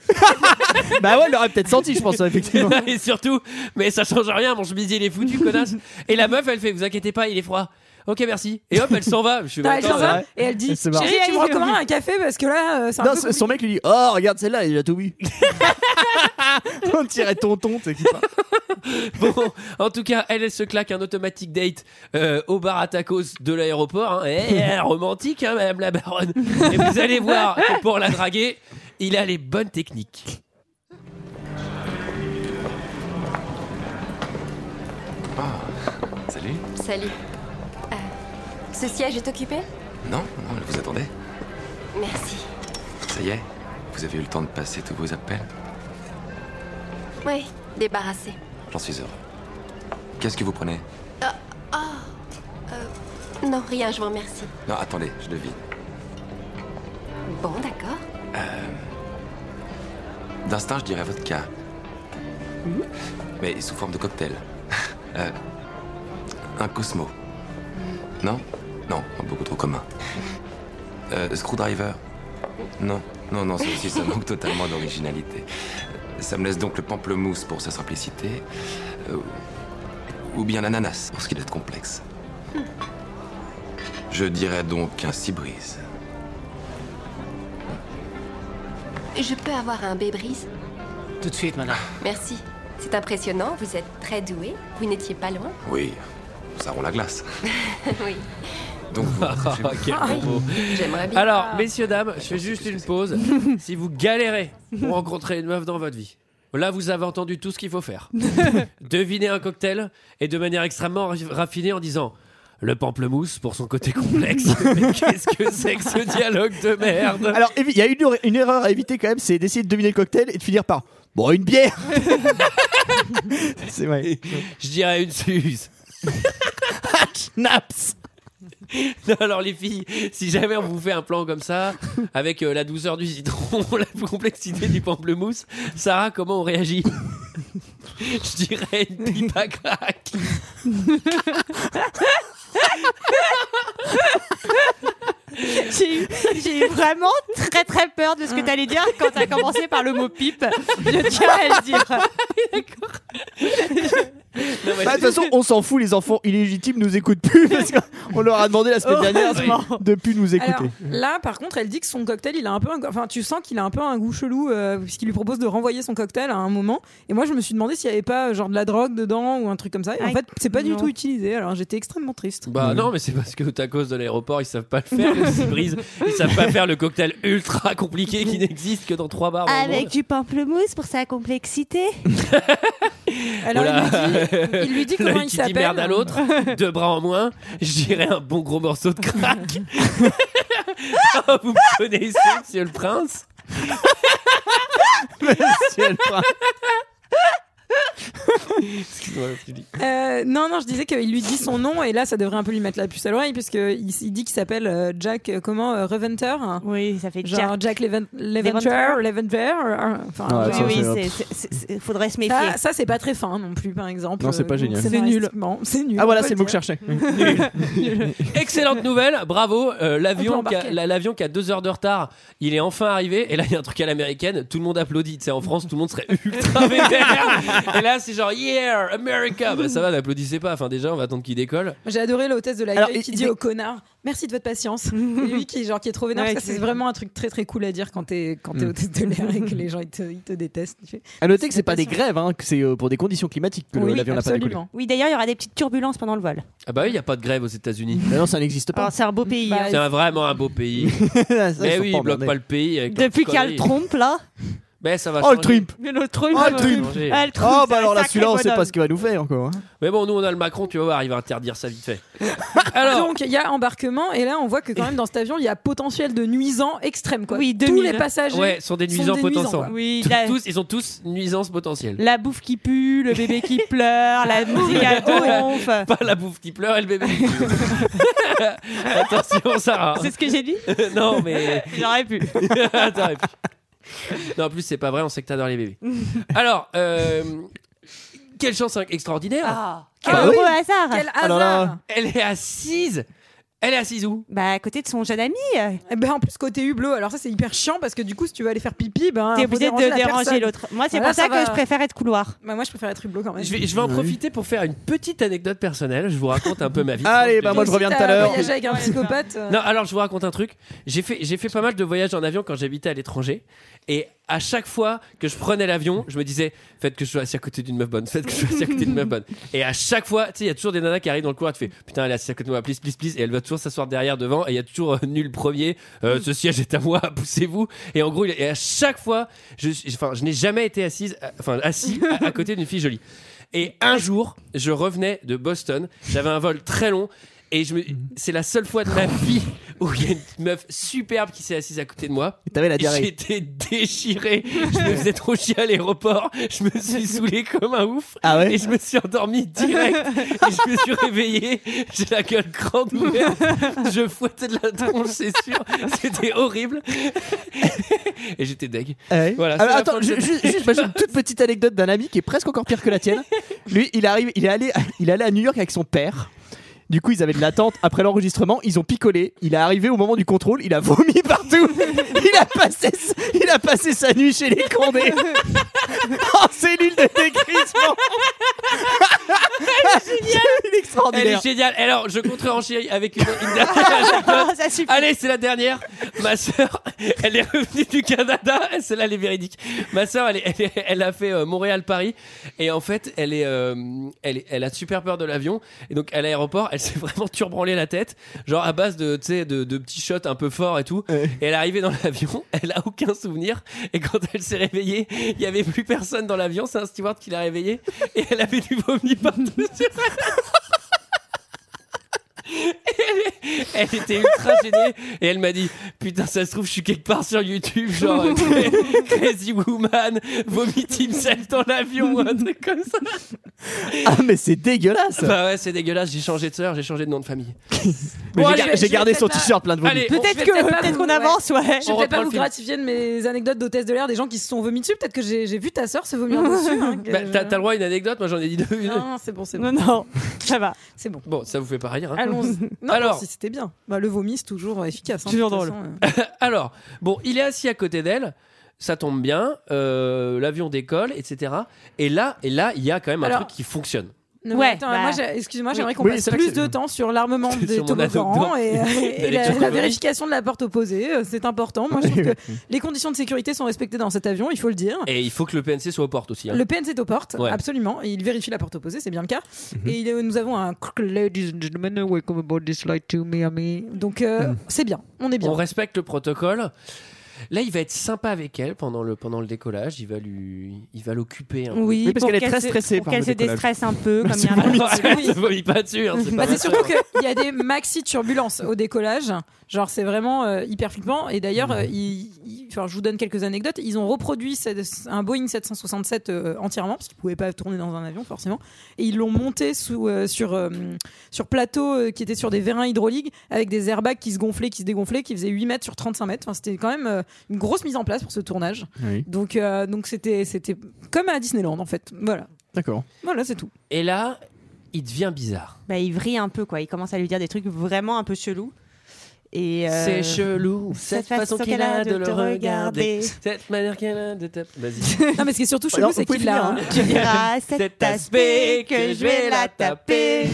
F: bah ouais, elle l'aurait peut-être senti, je pense, effectivement.
A: et surtout, mais ça change rien, mon chemisier il est foutu, connasse. Et la meuf, elle fait, vous inquiétez pas, il est froid. Ok, merci. Et hop, elle s'en va. Je suis
G: Ah, elle
A: Attends,
G: s'en va
A: euh,
G: et elle dit
F: C'est marrant.
G: Chérie, tu me
J: Chérie,
G: recommandes un café parce que là, euh, c'est un
F: Non,
G: peu
F: son mec lui dit Oh, regarde celle-là, il a tout bu. On tirait tonton, tu sais qui part.
A: Bon, en tout cas, elle, elle se claque un automatique date euh, au bar à tacos de l'aéroport. Hein. Eh, eh, romantique, hein, madame la baronne. Et vous allez voir que pour la draguer, il a les bonnes techniques.
E: Salut
I: Salut. Euh, ce siège est occupé
E: Non, non, vous attendez
I: Merci.
E: Ça y est Vous avez eu le temps de passer tous vos appels
I: Oui, débarrassé.
E: J'en suis heureux. Qu'est-ce que vous prenez
I: Non, rien, je vous remercie.
E: Non, attendez, je devine.
I: Bon, d'accord.
E: D'instinct, je dirais vodka. Mais sous forme de cocktail. Euh, un Cosmo. Non Non, beaucoup trop commun. Euh, screwdriver. Non, non, non, ça aussi, ça manque totalement d'originalité. Ça me laisse donc le pamplemousse pour sa simplicité. euh, ou bien l'ananas pour ce qu'il est complexe. Je dirais donc un Seabreeze.
I: Je peux avoir un bébrise
D: Tout de suite, madame.
I: Merci. C'est impressionnant, vous êtes très doué. Vous n'étiez pas loin
E: Oui, ça rend la glace.
I: Oui,
E: Donc, vous-
A: Ah, quel combo.
I: j'aimerais bien.
A: Alors, messieurs, dames, je fais juste une pause. Si vous galérez pour rencontrer une meuf dans votre vie, là, vous avez entendu tout ce qu'il faut faire. Devinez un cocktail et de manière extrêmement ra- raffinée en disant le pamplemousse pour son côté complexe. Mais qu'est-ce que c'est que ce dialogue de merde
F: Alors, évi- il y a une, une erreur à éviter quand même, c'est d'essayer de deviner le cocktail et de finir par Bon, une bière C'est vrai.
A: Je dirais une suze.
F: Naps
A: Non, alors les filles, si jamais on vous fait un plan comme ça, avec euh, la douceur du citron, la complexité du pamplemousse, Sarah, comment on réagit je dirais une pipe à crack.
J: J'ai eu, j'ai eu vraiment très très peur de ce que t'allais dire quand t'as commencé par le mot pipe. Je tiens à le dire.
A: Non, mais-
F: Bah, De toute façon, on s'en fout, les enfants illégitimes nous écoutent plus parce qu'on leur a demandé la semaine dernière de plus nous écouter.
G: Alors là, par contre, elle dit que son cocktail, il a un peu, un go- enfin, tu sens qu'il a un peu un goût chelou, euh, puisqu'il lui propose de renvoyer son cocktail à un moment. Et moi, je me suis demandé s'il n'y avait pas euh, genre de la drogue dedans ou un truc comme ça. Et en
J: Ah,
G: fait, c'est pas du
J: non.
G: tout utilisé. Alors j'étais extrêmement triste.
A: Bah non, mais c'est parce que à cause de l'aéroport, ils savent pas le faire, les brises. Ils savent pas faire le cocktail ultra compliqué qui n'existe que dans trois bars. dans le
J: Avec
A: monde.
J: du pamplemousse pour sa complexité.
G: Alors
A: Voilà.
G: il, lui dit, il lui dit
A: L'œil
G: comment il
A: qui
G: s'appelle.
A: dit merde à l'autre, deux bras en moins, je dirais un bon gros morceau de crack. Ah, Vous me connaissez, monsieur le prince
F: Ciel, prince.
A: Excuse-moi, je dis.
G: Euh, non, non, je disais qu'il lui dit son nom et là, ça devrait un peu lui mettre la puce à l'oreille puisqu'il il dit qu'il s'appelle euh, Jack, euh, comment, euh, Reventer. hein.
J: Oui, ça fait
G: Genre Jack Leven- Leventer,
J: Leventer.
G: Leventer, euh, enfin,
F: Ah,
G: genre-
F: ça,
J: oui,
F: c'est-
J: oui, c'est- c'est- c'est- faudrait se méfier.
G: ça, ça, c'est pas très fin non plus, par exemple.
F: Non, c'est pas
G: Euh,
F: génial.
G: donc,
J: C'est nul.
G: scénaristiquement, C'est nul.
F: Ah voilà,
G: on peut
F: c'est le mot que je
G: dire.
F: cherchais.
A: Excellente nouvelle, bravo. euh,
G: On peut
A: l'avion, qui
G: embarquer.
A: a, la- l'avion qui a deux heures de retard, il est enfin arrivé. Et là, il y a un truc à l'américaine, tout le monde applaudit. Tu sais, en France, tout le monde serait ultra vénère. et là, c'est genre, yeah, America. Bah, ça va, n'applaudissez pas. Enfin, déjà, on va attendre qu'il décolle.
G: J'ai adoré l'hôtesse de
F: Alors,
G: l'accueil
F: il-
G: qui
F: il-
G: dit au connard merci de votre patience. Et lui qui, genre, qui est trop vénère.
J: Ouais,
G: ça, c'est
J: qui-
G: vraiment un truc très très cool à dire quand t'es quand t'es
F: Mm.
G: hôtesse de l'air et que les gens ils te, ils te détestent. Tu fais,
F: À noter que c'est pas des grèves, hein, que c'est euh, pour des conditions climatiques que le-
G: oui,
F: l'avion n'a pas décollé.
G: absolument.
J: Oui, d'ailleurs, il y aura des petites turbulences pendant le vol.
A: Ah, bah oui, il n'y a pas de grève aux États-Unis.
F: Mais non, ça n'existe pas.
J: Alors, c'est un beau pays.
G: Bah,
J: hein.
A: C'est un- vraiment un beau pays.
F: Ça, ils
A: Mais
F: sont
A: oui,
F: pas
A: ils bloquent
F: emmerdés.
A: pas le pays. avec leurs
J: Depuis qu'il y a le
A: conneries.
J: trompe là.
A: Mais ça va
F: Oh le
A: changer.
F: Trump
J: Le trompe.
G: euh,
F: Oh, le Trump
A: Changer.
J: Ah, le Trump,
F: Oh
J: c'est un
F: bah alors là
J: sacré
F: celui-là on sait
J: bonhomme.
F: pas ce qu'il va nous faire encore. hein.
A: Mais bon, nous, on a le Macron, tu vas voir, il va interdire ça vite fait. Alors,
G: Ah, Donc il y a embarquement et là on voit que quand même dans cet avion il y a potentiel de nuisants extrêmes quoi.
J: Oui,
G: Tous
J: 2000.
G: les passagers.
A: ouais, sont des
G: Sont
A: nuisances
G: des nuisances,
A: potentiels.
G: quoi.
J: Oui,
A: Tous-
J: la,
A: tous, ils ont tous nuisance potentielle.
J: la bouffe qui pue, le bébé qui pleure, la musique à donf.
A: Pas la bouffe qui pleure et le bébé. qui pleure. Attention, Sarah.
J: C'est ce que j'ai dit
A: non, mais.
J: J'aurais pu.
A: T'aurais pu. non, en plus, c'est pas vrai, on sait que t'adores les bébés. Alors, euh, quelle chance extraordinaire.
J: Ah, quel
A: bah
J: heureux hasard
G: Quel hasard.
F: Ah là là.
A: Elle est assise. Elle est assise où
J: Bah, à côté de son jeune ami, euh,
G: Eh ben, en plus côté hublot alors ça c'est hyper chiant parce que du coup si tu veux aller faire pipi ben
J: t'es
G: faut
J: obligé
G: déranger
J: de
G: la
J: déranger
G: personne.
J: l'autre. Moi, c'est
G: Voilà,
J: pour ça,
G: ça va.
J: que je préfère être couloir.
G: Bah, moi je préfère être hublot quand même.
A: je vais, je vais en profiter pour faire une petite anecdote personnelle. Je vous raconte un peu ma vie.
F: Allez, bah, moi, je
G: Donc, si
F: reviens tout à
G: t'as
F: l'heure.
G: voyagé avec un psychopathe. euh,
A: Non, alors je vous raconte un truc. J'ai fait, j'ai fait pas mal de voyages en avion quand j'habitais à l'étranger. Et à chaque fois que je prenais l'avion, je me disais, faites que je sois assis à côté d'une meuf bonne, faites que je sois assis à côté d'une meuf bonne. Et à chaque fois, tu sais, il y a toujours des nanas qui arrivent dans le couloir, tu fais, putain, elle est assise à côté de moi, please, please, please. Et elle va toujours s'asseoir derrière, devant. Et il y a toujours euh, nul premier, euh, ce siège est à moi, poussez-vous. Et en gros, il- et à chaque fois, je, suis- enfin, je n'ai jamais été assise, à- enfin, assis à- à côté d'une fille jolie. Et un jour, je revenais de Boston, j'avais un vol très long, et je me... c'est la seule fois de ma vie où il y a une meuf superbe qui s'est assise à côté de moi.
F: Et T'avais la diarrhée.
A: J'étais déchiré, je me faisais trop chier à l'aéroport, je me suis saoulé comme un ouf.
F: Ah
A: Et
F: ouais
A: je me suis endormi direct. Et je me suis réveillé. J'ai la gueule grande ouverte. Je fouettais de la tronche, c'est sûr. C'était horrible. Et j'étais deg.
F: Ah ouais.
A: Voilà,
F: Ah,
A: c'est la fin
F: attends,
A: de
F: ju-
A: cette-
F: ju- juste, bah, j'ai une toute petite anecdote d'un ami qui est presque encore pire que la tienne. Lui, il arrive, il est allé, il est allé à New York avec son père. Du coup, ils avaient de l'attente. Après l'enregistrement, ils ont picolé. Il est arrivé au moment du contrôle, il a vomi partout. Il a passé, s- il a passé sa nuit chez les condés. En cellule de dégrisement. Il est
A: Elle
F: extraordinaire.
A: est géniale. Alors, je compterai enchaîner avec une, une dernière anecdote.
J: ça suffit.
A: Allez, c'est la dernière. Ma sœur, elle est revenue du Canada. Celle-là, elle est véridique. Ma sœur, elle, est- elle, est- elle a fait euh, Montréal-Paris. Et en fait, elle, est, euh, elle, est- elle a super peur de l'avion. Et donc, à l'aéroport, elle s'est vraiment turbranlée la tête. Genre à base de, tu sais, de, de petits shots un peu forts et tout.
F: Ouais.
A: Et elle est arrivée dans l'avion. Elle a aucun souvenir. Et quand elle s'est réveillée, il y avait plus personne dans l'avion. C'est un steward qui l'a réveillée. Et elle avait du vomi partout sur elle. Et elle était ultra gênée et elle m'a dit Putain, ça se trouve, je suis quelque part sur YouTube, genre euh, Crazy Woman, vomit himself dans l'avion ou un truc comme ça.
F: Ah, mais c'est dégueulasse!
A: Bah ouais, c'est dégueulasse, j'ai changé de sœur, j'ai changé de nom de famille.
F: Mais
A: Bon,
F: j'ai
A: allez,
F: ga-
A: je
F: j'ai
A: vais
F: gardé
G: peut-être
F: son
G: pas-
F: t-shirt plein de vomi.
A: Allez, on-
J: Peut-être
G: vais
J: que-
G: peut-être pas
J: peut-être
G: vous-
J: qu'on
G: ouais.
J: avance, ouais.
A: On
G: Je vais peut-être
A: reprend
G: pas
A: le
G: vous
A: film.
G: gratifier de mes anecdotes d'hôtesse de l'air, des gens qui se sont vomis dessus. Peut-être que j'ai j'ai vu ta sœur se vomir dessus. hein, que-
A: Bah, T'as t'as le droit à une anecdote, moi j'en ai dit deux.
G: Non, non, c'est bon, c'est bon.
J: Non, non, ça va.
G: C'est bon.
A: Bon, ça vous fait pas rire. hein.
G: Allons-y. Non,
A: Alors.
G: non, si c'était bien. Bah, le vomi, c'est toujours efficace. hein,
J: Toujours
G: de toute
J: drôle.
G: façon, euh.
A: Alors, bon, il est assis à côté d'elle. Ça tombe bien, euh, l'avion décolle, etc. Et là, et là, il y a quand même un
G: Alors-
A: truc qui fonctionne.
G: Non,
J: Ouais,
G: mais attends,
J: bah.
G: moi, j'ai- excusez-moi, j'aimerais qu'on
F: Oui,
G: passe
F: c'est vrai
G: plus
F: que c'est-
G: de temps sur l'armement
A: Sur
G: des
A: mon
G: toboggans
A: anecdante.
G: et, euh, et
A: D'aller sur
G: la, la
A: Commodore.
G: vérification de la porte opposée. euh, C'est important. Moi, je trouve que les conditions de sécurité sont respectées dans cet avion, il faut le dire.
A: Et il faut que le PNC soit aux portes aussi. hein.
G: Le PNC est aux portes,
A: Ouais. Mhm.
G: absolument. Et il vérifie la porte opposée, c'est bien le cas. Et il est- nous avons un Ladies and gentlemen, welcome aboard this flight to Miami. Donc, euh, c'est bien, on est bien.
A: Mhm. On respecte le protocole. Là, il va être sympa avec elle pendant le, pendant le décollage. Il va lui, il va l'occuper. un peu.
J: Oui,
F: Oui, parce
J: pour
F: qu'elle est
J: qu'elle
F: très
J: se-
F: stressée
J: Pour
F: par
J: qu'elle
F: le
J: se
F: décollage.
J: déstresse un peu, comme il y a un
A: Bon,
J: petit-
A: arrête, ça vomit pas dessus. hein, c'est
G: Bah,
A: pas
G: c'est
A: vrai.
G: surtout qu'il y a des maxi turbulences au décollage. Genre, c'est vraiment euh, hyper flippant. Et d'ailleurs, euh, ils- ils- enfin, je vous donne quelques anecdotes. Ils ont reproduit cette- un Boeing 767 euh, entièrement, parce qu'ils ne pouvaient pas tourner dans un avion, forcément. Et ils l'ont monté sous, euh, sur, euh, sur plateau euh, qui était sur des vérins hydrauliques, avec des airbags qui se gonflaient, qui se dégonflaient, qui faisaient 8 mètres sur 35 mètres. Enfin, c'était quand même euh, une grosse mise en place pour ce tournage.
F: Oui.
G: Donc, euh, donc c'était, c'était comme à Disneyland, en fait. Voilà.
F: D'accord.
G: Voilà, c'est tout.
A: Et là, il devient bizarre.
J: Bah, il vrille un peu, quoi. Il commence à lui dire des trucs vraiment un peu chelous. Et euh,
A: C'est chelou, cette, façon qu'elle a de le regarder. Cette manière qu'elle a de taper. Vas-y.
G: Non, mais ce qui est surtout chelou,
F: vous
G: c'est
F: pouvez
G: qu'il l'a.
F: finir, hein.
J: Tu verras
A: Cet
J: cet
A: aspect
J: aspect que je vais la taper.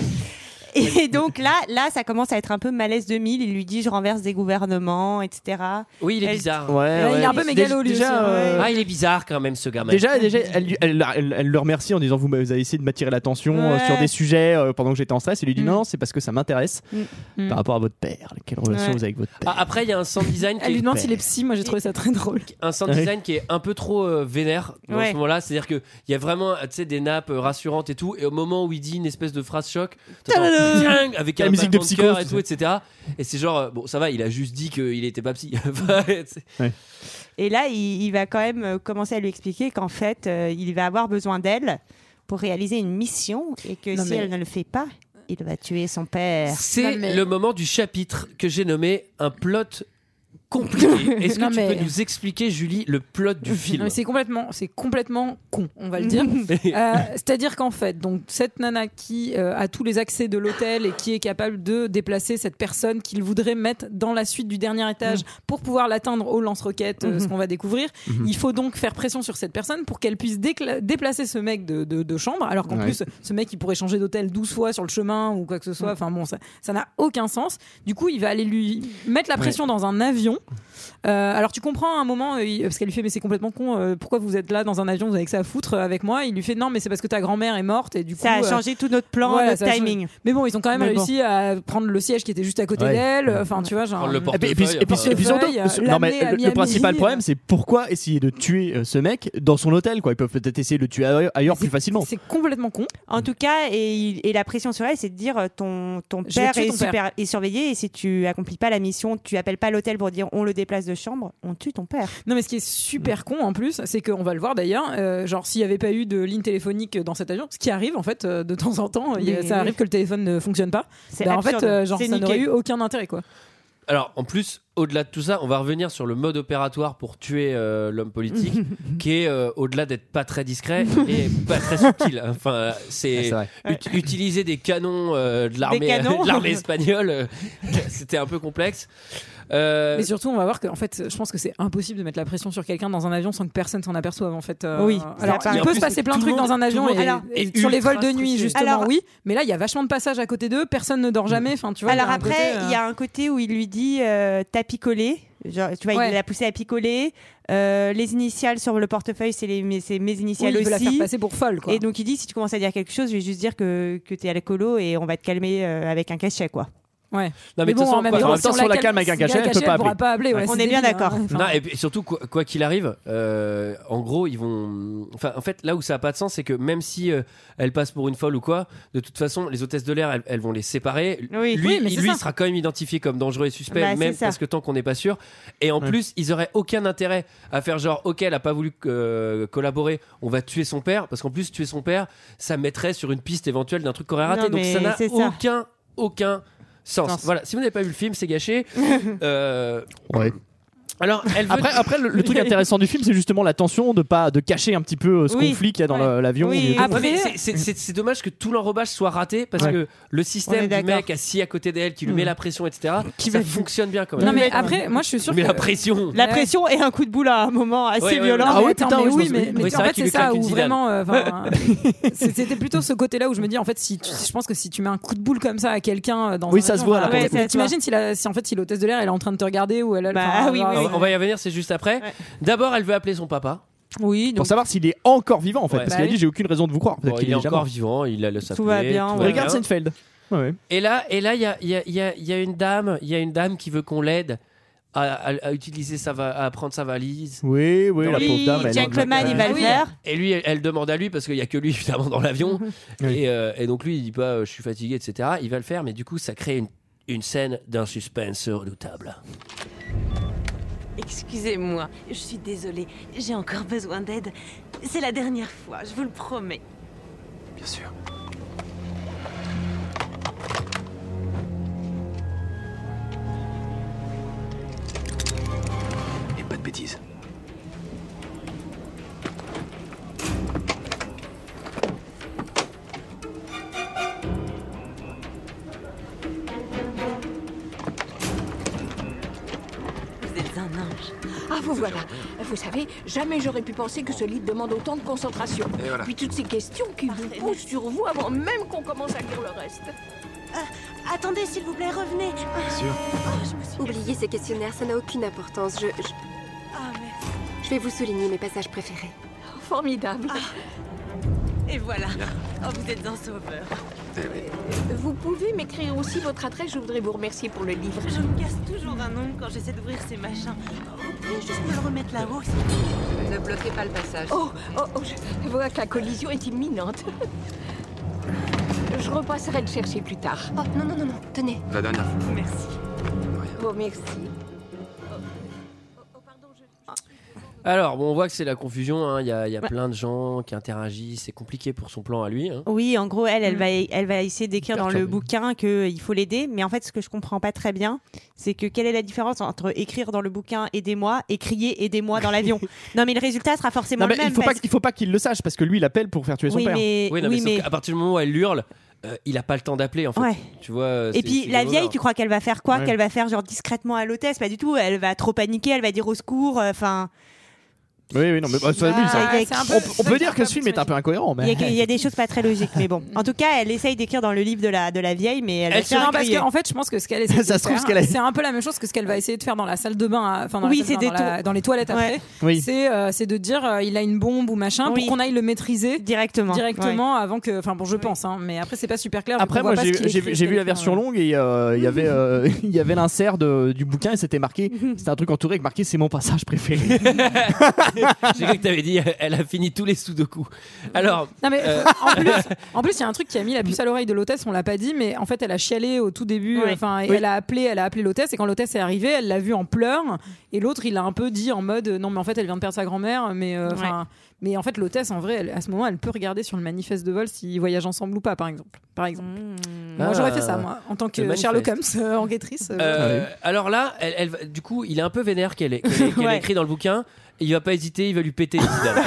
J: Et donc là, là, ça commence à être un peu malaise 2000. Il lui dit, je renverse des gouvernements, etc.
A: Oui, il est
J: Elle-
A: bizarre.
F: Ouais, ouais.
G: il est un peu
F: Dé-
G: mégalo, lui
F: déjà,
G: aussi, ouais.
F: euh,
A: Ah, il est bizarre quand même ce gamin.
F: Déjà, déjà elle, lui- elle, elle- elle le remercie en disant Vous m'avez essayé de m'attirer l'attention euh,
J: Ouais.
F: sur des sujets euh, pendant que j'étais en stress. Il lui dit
G: Mm.
F: Non, non, c'est parce que ça m'intéresse
G: Mm.
F: par rapport à votre père. Quelle relation
J: Ouais.
F: vous avez avec votre père
A: Ah, après, il y a un sound design
G: Elle
A: qui
G: lui
A: est,
G: demande s'il est psy, moi j'ai trouvé ça très drôle.
A: un sound
F: Ouais.
A: design qui est un peu trop euh, vénère dans
J: Ouais.
A: ce moment-là. C'est-à-dire qu'il y a vraiment euh, tu sais, des nappes euh, rassurantes et tout. Et au moment où il dit une espèce de phrase choc, t'entends Tiang avec
F: La
A: un
F: musique de
A: battement
F: Psycho,
A: cœur et
F: c'est
A: tout, etc. Et c'est genre, euh, bon, ça va, il a juste dit qu'il était pas psy. Enfin, c'est-
J: Et là, il, il va quand même euh, commencer à lui expliquer qu'en fait, euh, il va avoir besoin d'elle pour réaliser une mission et que
G: Non,
J: si
G: mais-
J: elle ne le fait pas, il va tuer son père.
A: C'est
G: Non, mais-
A: le moment du chapitre que j'ai nommé un plot compliqué. Est-ce que
G: Non,
A: tu
G: mais-
A: peux nous expliquer, Julie, le plot du
G: Non,
A: film
G: mais c'est complètement, c'est complètement con, on va le dire. Euh, C'est-à-dire qu'en fait, donc cette nana qui euh, a tous les accès de l'hôtel et qui est capable de déplacer cette personne qu'il voudrait mettre dans la suite du dernier étage pour pouvoir l'atteindre au lance-roquettes, euh, ce qu'on va découvrir, il faut donc faire pression sur cette personne pour qu'elle puisse décla- déplacer ce mec de, de- de chambre. Alors qu'en
F: Ouais.
G: plus, ce mec il pourrait changer d'hôtel 12 fois sur le chemin ou quoi que ce soit. Enfin bon, ça ça n'a aucun sens. Du coup, il va aller lui mettre la pression dans un avion. Euh, alors tu comprends à un moment euh, il- parce qu'elle lui fait mais c'est complètement con euh, pourquoi vous êtes là dans un avion vous avez que ça à foutre euh, avec moi il lui fait non mais c'est parce que ta grand-mère est morte et du coup
J: Ça a
G: euh,
J: changé tout notre plan,
G: voilà,
J: notre
G: ça a
J: timing.
G: mais bon ils ont quand même
J: Mais bon.
G: réussi à prendre le siège qui était juste à côté
F: Ouais.
G: d'elle euh, enfin tu vois genre
A: Prendre le
F: Ah, et puis, et puis-
A: portefeuille.
F: et puis-
A: enfin,
F: et puis surtout,
G: Portefeuille,
F: ce-
G: euh,
F: non, mais
G: l'amener à
F: le- le,
G: Miami.
F: principal problème, c'est pourquoi essayer de tuer euh, ce mec dans son hôtel quoi Ils peuvent peut-être essayer de le tuer ailleurs, ailleurs
G: C'est-
F: plus facilement.
G: c'est complètement con
J: En tout cas, et, il- et la pression sur elle, c'est de dire euh, ton, ton
G: Je vais
J: père,
G: tuer
J: est,
G: ton père.
J: super- est surveillé et si tu accomplis pas la mission, tu appelles pas l'hôtel pour dire on le déplace de chambre, on tue ton père.
G: non mais ce qui est super con en plus c'est qu'on va le voir d'ailleurs euh, genre s'il n'y avait pas eu de ligne téléphonique dans cet avion ce qui arrive en fait euh, de temps en temps il y a-
J: Mais
G: ça
J: oui.
G: arrive que le téléphone ne fonctionne pas
J: C'est
G: Bah, en
J: absurde.
G: fait euh, genre
J: C'est
G: ça n'aurait
J: niqué.
G: eu aucun intérêt quoi
A: Alors, en plus, au-delà de tout ça, on va revenir sur le mode opératoire pour tuer euh, l'homme politique, qui est, euh, au-delà d'être pas très discret, et pas très subtil. Enfin, euh,
F: Ah,
A: c'est
F: c'est vrai.
A: ut- utiliser des canons euh, de l'armée
J: canons.
A: de l'armée espagnole, euh, c'était un peu complexe. Euh,
G: Mais surtout, on va voir que en fait, je pense que c'est impossible de mettre la pression sur quelqu'un dans un avion sans que personne s'en aperçoive en fait. Euh,
J: Oui, ça
G: Alors,
J: paraît.
G: il
J: Mais en
G: peut
A: plus,
G: se passer plein de
A: tout le
G: trucs dans
A: monde-
G: un avion
A: tout le
G: et,
A: monde
G: et
A: est
G: sur les
A: ultra
G: vols de nuit
A: stressé.
G: justement,
J: Alors-
G: oui. Mais là, il y a vachement de passages à côté d'eux. Personne ne dort jamais. Enfin, tu vois.
J: Alors
G: y a un
J: après,
G: côté, euh,
J: il y a un côté où il lui dit euh, t'as picolé. Genre, tu vois,
G: Ouais.
J: il l'a poussé à picoler. Euh, les initiales sur le portefeuille, c'est les- mes, c'est mes
G: oui,
J: initiales
G: il veut la faire
J: aussi.
G: passer pour folle. Quoi.
J: Et donc il dit si tu commences à dire quelque chose, je vais juste dire que, que t'es alcoolo et on va te calmer euh, avec un cachet quoi.
G: Ouais.
A: Non,
G: mais
A: de toute
G: bon,
A: façon,
G: en même
A: quoi,
G: temps,
F: en même
G: si
F: temps,
G: on
F: si on la calme avec un
G: si la
F: cachet, elle peut pas
G: pourra
F: appeler.
G: pas appeler. ouais,
J: On
G: c'est
J: est bien
G: débile, hein.
J: d'accord.
G: Enfin,
A: Non, et puis surtout, quoi quoi qu'il arrive, euh, en gros, ils vont. Enfin, en fait, là où ça n'a pas de sens, c'est que même si euh, elle passe pour une folle ou quoi, de toute façon, les hôtesses de l'air, elles, elles vont les séparer.
J: Oui.
A: Lui,
G: Oui, mais
A: il-
G: c'est
A: lui
G: ça.
A: sera quand même identifié comme dangereux et suspect,
J: Bah, c'est
A: même
J: ça.
A: parce que tant qu'on n'est pas sûr. Et en
F: Ouais.
A: plus, ils auraient aucun intérêt à faire genre, ok, elle a pas voulu euh, collaborer, on va tuer son père, parce qu'en plus, tuer son père, ça mettrait sur une piste éventuelle d'un truc qu'on aurait raté.
J: Non,
A: Donc
J: mais
A: ça n'a
J: c'est ça.
A: aucun, aucun sens.
J: Sens.
A: Voilà. Si vous n'avez pas vu le film, c'est gâché. Euh,
F: Ouais.
A: Alors, elle veut
F: Après, après le, le truc intéressant du film, c'est justement la tension de pas de cacher un petit peu euh, ce
J: Oui.
F: conflit qu'il y a dans
J: Ouais.
F: la- l'avion. euh,
J: Oui.
F: du-
A: Ouais,
J: Ah,
A: mais
G: Après-
A: c'est- c'est- c'est c'est dommage que tout l'enrobage soit raté parce
F: Ouais. Hmm.
A: que le
J: On
A: système
J: est
A: du
J: d'accord.
A: mec assis à côté d'elle qui lui met la pression, etc.
F: Qui
A: ça
F: va-
A: fonctionne bien quand même.
G: Non, mais
J: Ouais.
G: après, moi, je suis sûr
A: mais
G: que.
A: la pression.
J: La
G: Ouais.
J: pression et un coup de boule à un moment assez
A: Ouais, ouais, ouais.
J: violent.
G: Non,
F: Ah
G: mais
F: ouais,
G: attends,
F: putain,
G: mais
F: oui,
G: oui,
F: je
G: mais,
F: pense-
G: mais
A: oui, c'est
G: en
A: vrai
G: fait,
A: qu'il
G: c'est
A: lui claque
G: ça
A: une
G: où
A: zidane.
G: vraiment. euh, enfin, c'est- C'était plutôt ce côté-là où je me dis, en fait, si tu- je pense que si tu mets un coup de boule comme ça à quelqu'un euh, dans
F: Oui,
G: un
F: ça
G: avion,
F: se voit, là,
G: voilà,
J: pour le coup.
G: T'imagines si, la- si en fait, si l'hôtesse de l'air, elle est en train de te regarder ou elle. elle-
J: Bah,
G: enfin,
J: ah oui,
G: genre,
J: oui,
A: On,
J: oui.
A: on va y revenir, c'est juste après.
J: Ouais.
A: D'abord, elle veut appeler son papa.
G: Oui,
F: Pour
G: donc.
F: savoir s'il est encore vivant en fait,
A: Ouais.
F: parce
G: Bah
F: qu'il a
G: oui.
F: dit j'ai aucune raison de vous croire. Peut-être
A: Bon,
F: qu'il
A: il est
F: est jamais
A: encore
F: mort.
A: vivant, il a le sapé.
J: va bien, ouais.
F: Regarde Seinfeld. Ouais.
A: Et là, et là, il y a, il y, a, il y a- il y a une dame, il y a une dame qui veut qu'on l'aide à, à- à utiliser sa, va- à prendre sa valise.
F: Oui, oui, la
J: Oui,
F: pauvre dame. elle est
J: gentleman,
F: en-
J: il va le
G: Oui.
J: faire.
A: Et lui, elle, elle demande à lui parce qu'il y a que lui évidemment dans l'avion.
F: Oui.
A: Et, euh, et donc lui, il dit pas, euh, je suis fatigué, etc. Il va le faire, mais du coup, ça crée une, une scène d'un suspense redoutable.
I: Excusez-moi, je suis désolée, j'ai encore besoin d'aide. C'est la dernière fois, je vous le promets.
E: Bien sûr. Et pas de bêtises.
I: Vous êtes un ange.
K: Ah, vous voilà. Vous savez, jamais j'aurais pu penser que ce livre demande autant de concentration.
E: Et voilà.
K: Puis toutes ces questions qui vous poussent sur vous avant même qu'on commence à lire le reste.
I: Attendez, s'il vous plaît, revenez.
E: Bien sûr.
K: Oubliez ces questionnaires, ça n'a aucune importance. Je, je,
I: Ah, merci.
K: vais vous souligner mes passages préférés. Formidable.
I: Et voilà. Oh, vous êtes un sauveur.
K: Vous pouvez m'écrire aussi votre adresse, je voudrais vous remercier pour le livre.
I: Je me casse toujours un ongle quand j'essaie d'ouvrir ces machins. Vous pouvez juste me le remettre là-haut, s'il vous plaît.
K: Ne bloquez pas le passage. Oh, oh, oh, je vois que la collision est imminente. Je repasserai le chercher plus tard. Oh, non, non, non, non, tenez.
E: La dernière fois.
I: Merci.
E: de rien.
K: Bon, merci.
A: Alors, bon, on voit que c'est la confusion. hein. Il y a, il y a plein de gens qui interagissent. C'est compliqué pour son plan à lui. hein.
J: Oui, en gros, elle, elle
G: Mm.
J: va, elle va essayer d'écrire dans le
A: Perturbée.
J: bouquin qu'il faut l'aider. Mais en fait, ce que je comprends pas très bien, c'est que quelle est la différence entre écrire dans le bouquin aidez-moi et crier aidez-moi dans l'avion Non, mais le résultat sera forcément
F: Non, mais
J: le même.
F: il faut pas,
J: parce-
F: il faut pas qu'il le sache parce que lui il appelle pour faire tuer son
J: Oui,
F: père.
J: mais,
A: Oui, non,
J: oui,
A: mais,
J: mais-
A: sauf qu'à partir du moment où elle hurle, euh, il a pas le temps d'appeler, en fait.
J: Ouais.
A: Tu vois. euh,
J: Et
A: c'est-
J: puis
A: c'est
J: la
A: game
J: vieille,
A: over.
J: tu crois qu'elle va faire quoi
F: Ouais.
J: Qu'elle va faire genre discrètement à l'hôtesse Pas du tout. Elle va trop paniquer. Elle va dire au secours. euh, Enfin,
F: Oui, oui, non, mais bah, ça abuse, ça.
J: Ah,
G: Ouais, c'est un peu-
F: On,
G: c'est
F: on
G: ça
F: peut dire que ce film est un peu incohérent,
J: il y,
F: mais.
J: a que- il y a des choses pas très logiques. Mais bon, en tout cas, elle essaye d'écrire dans le livre de la de la vieille, mais elle, va
A: Elle
J: se
A: se
J: faire
G: Non, parce
J: griller.
G: que, en fait, je pense que ce qu'elle essaie de
F: Ça se trouve,
G: faire,
F: ce qu'elle a-
G: c'est un peu la même chose que ce qu'elle va essayer de faire dans la salle de bain, hein, enfin dans, la
J: Oui,
G: salle de
J: c'est
G: bain, dans,
J: des
G: la-
J: taux.
G: dans les toilettes après.
F: Oui.
G: C'est euh, c'est de dire euh, il a une bombe ou machin
J: Oui.
G: pour qu'on aille le maîtriser
J: directement.
G: directement avant que. Enfin bon, je pense, hein, mais après c'est pas super clair.
F: Après, moi, j'ai j'ai vu- j'ai vu la version longue et euh, il y avait, euh, il y avait l'insert de- du bouquin et c'était marqué,
J: Mhm.
F: c'était un truc entouré avec marqué c'est mon passage préféré.
A: J'ai cru que t'avais dit, euh, elle a fini tous les sous-de-coup. Alors,
G: Non mais en plus, en plus, il y a un truc qui a mis la puce à l'oreille de l'hôtesse. On l'a pas dit, mais en fait, elle a chialé au tout début.
J: Oui.
G: Enfin, et
F: Oui.
G: elle a appelé, elle a appelé l'hôtesse. Et quand l'hôtesse est arrivée, elle l'a vue en pleurs. Et l'autre, il a un peu dit en mode, non mais en fait, elle vient de perdre sa grand-mère. Mais euh, enfin, mais en fait, l'hôtesse, en vrai, elle- à ce moment, elle peut regarder sur le manifeste de vol s'ils voyagent ensemble ou pas, par exemple. Par exemple. Moi,
A: Ah.
G: j'aurais fait ça, moi, en tant
A: Le
G: que
A: manifeste.
G: Sherlock Holmes euh, enquêtrice. euh,
A: euh, alors là, elle, elle va- du coup, il est un peu vénère qu'elle est, qu'elle est- qu'elle
J: Ouais.
A: écrit dans le bouquin. Il va pas hésiter, il va lui péter. une zidane.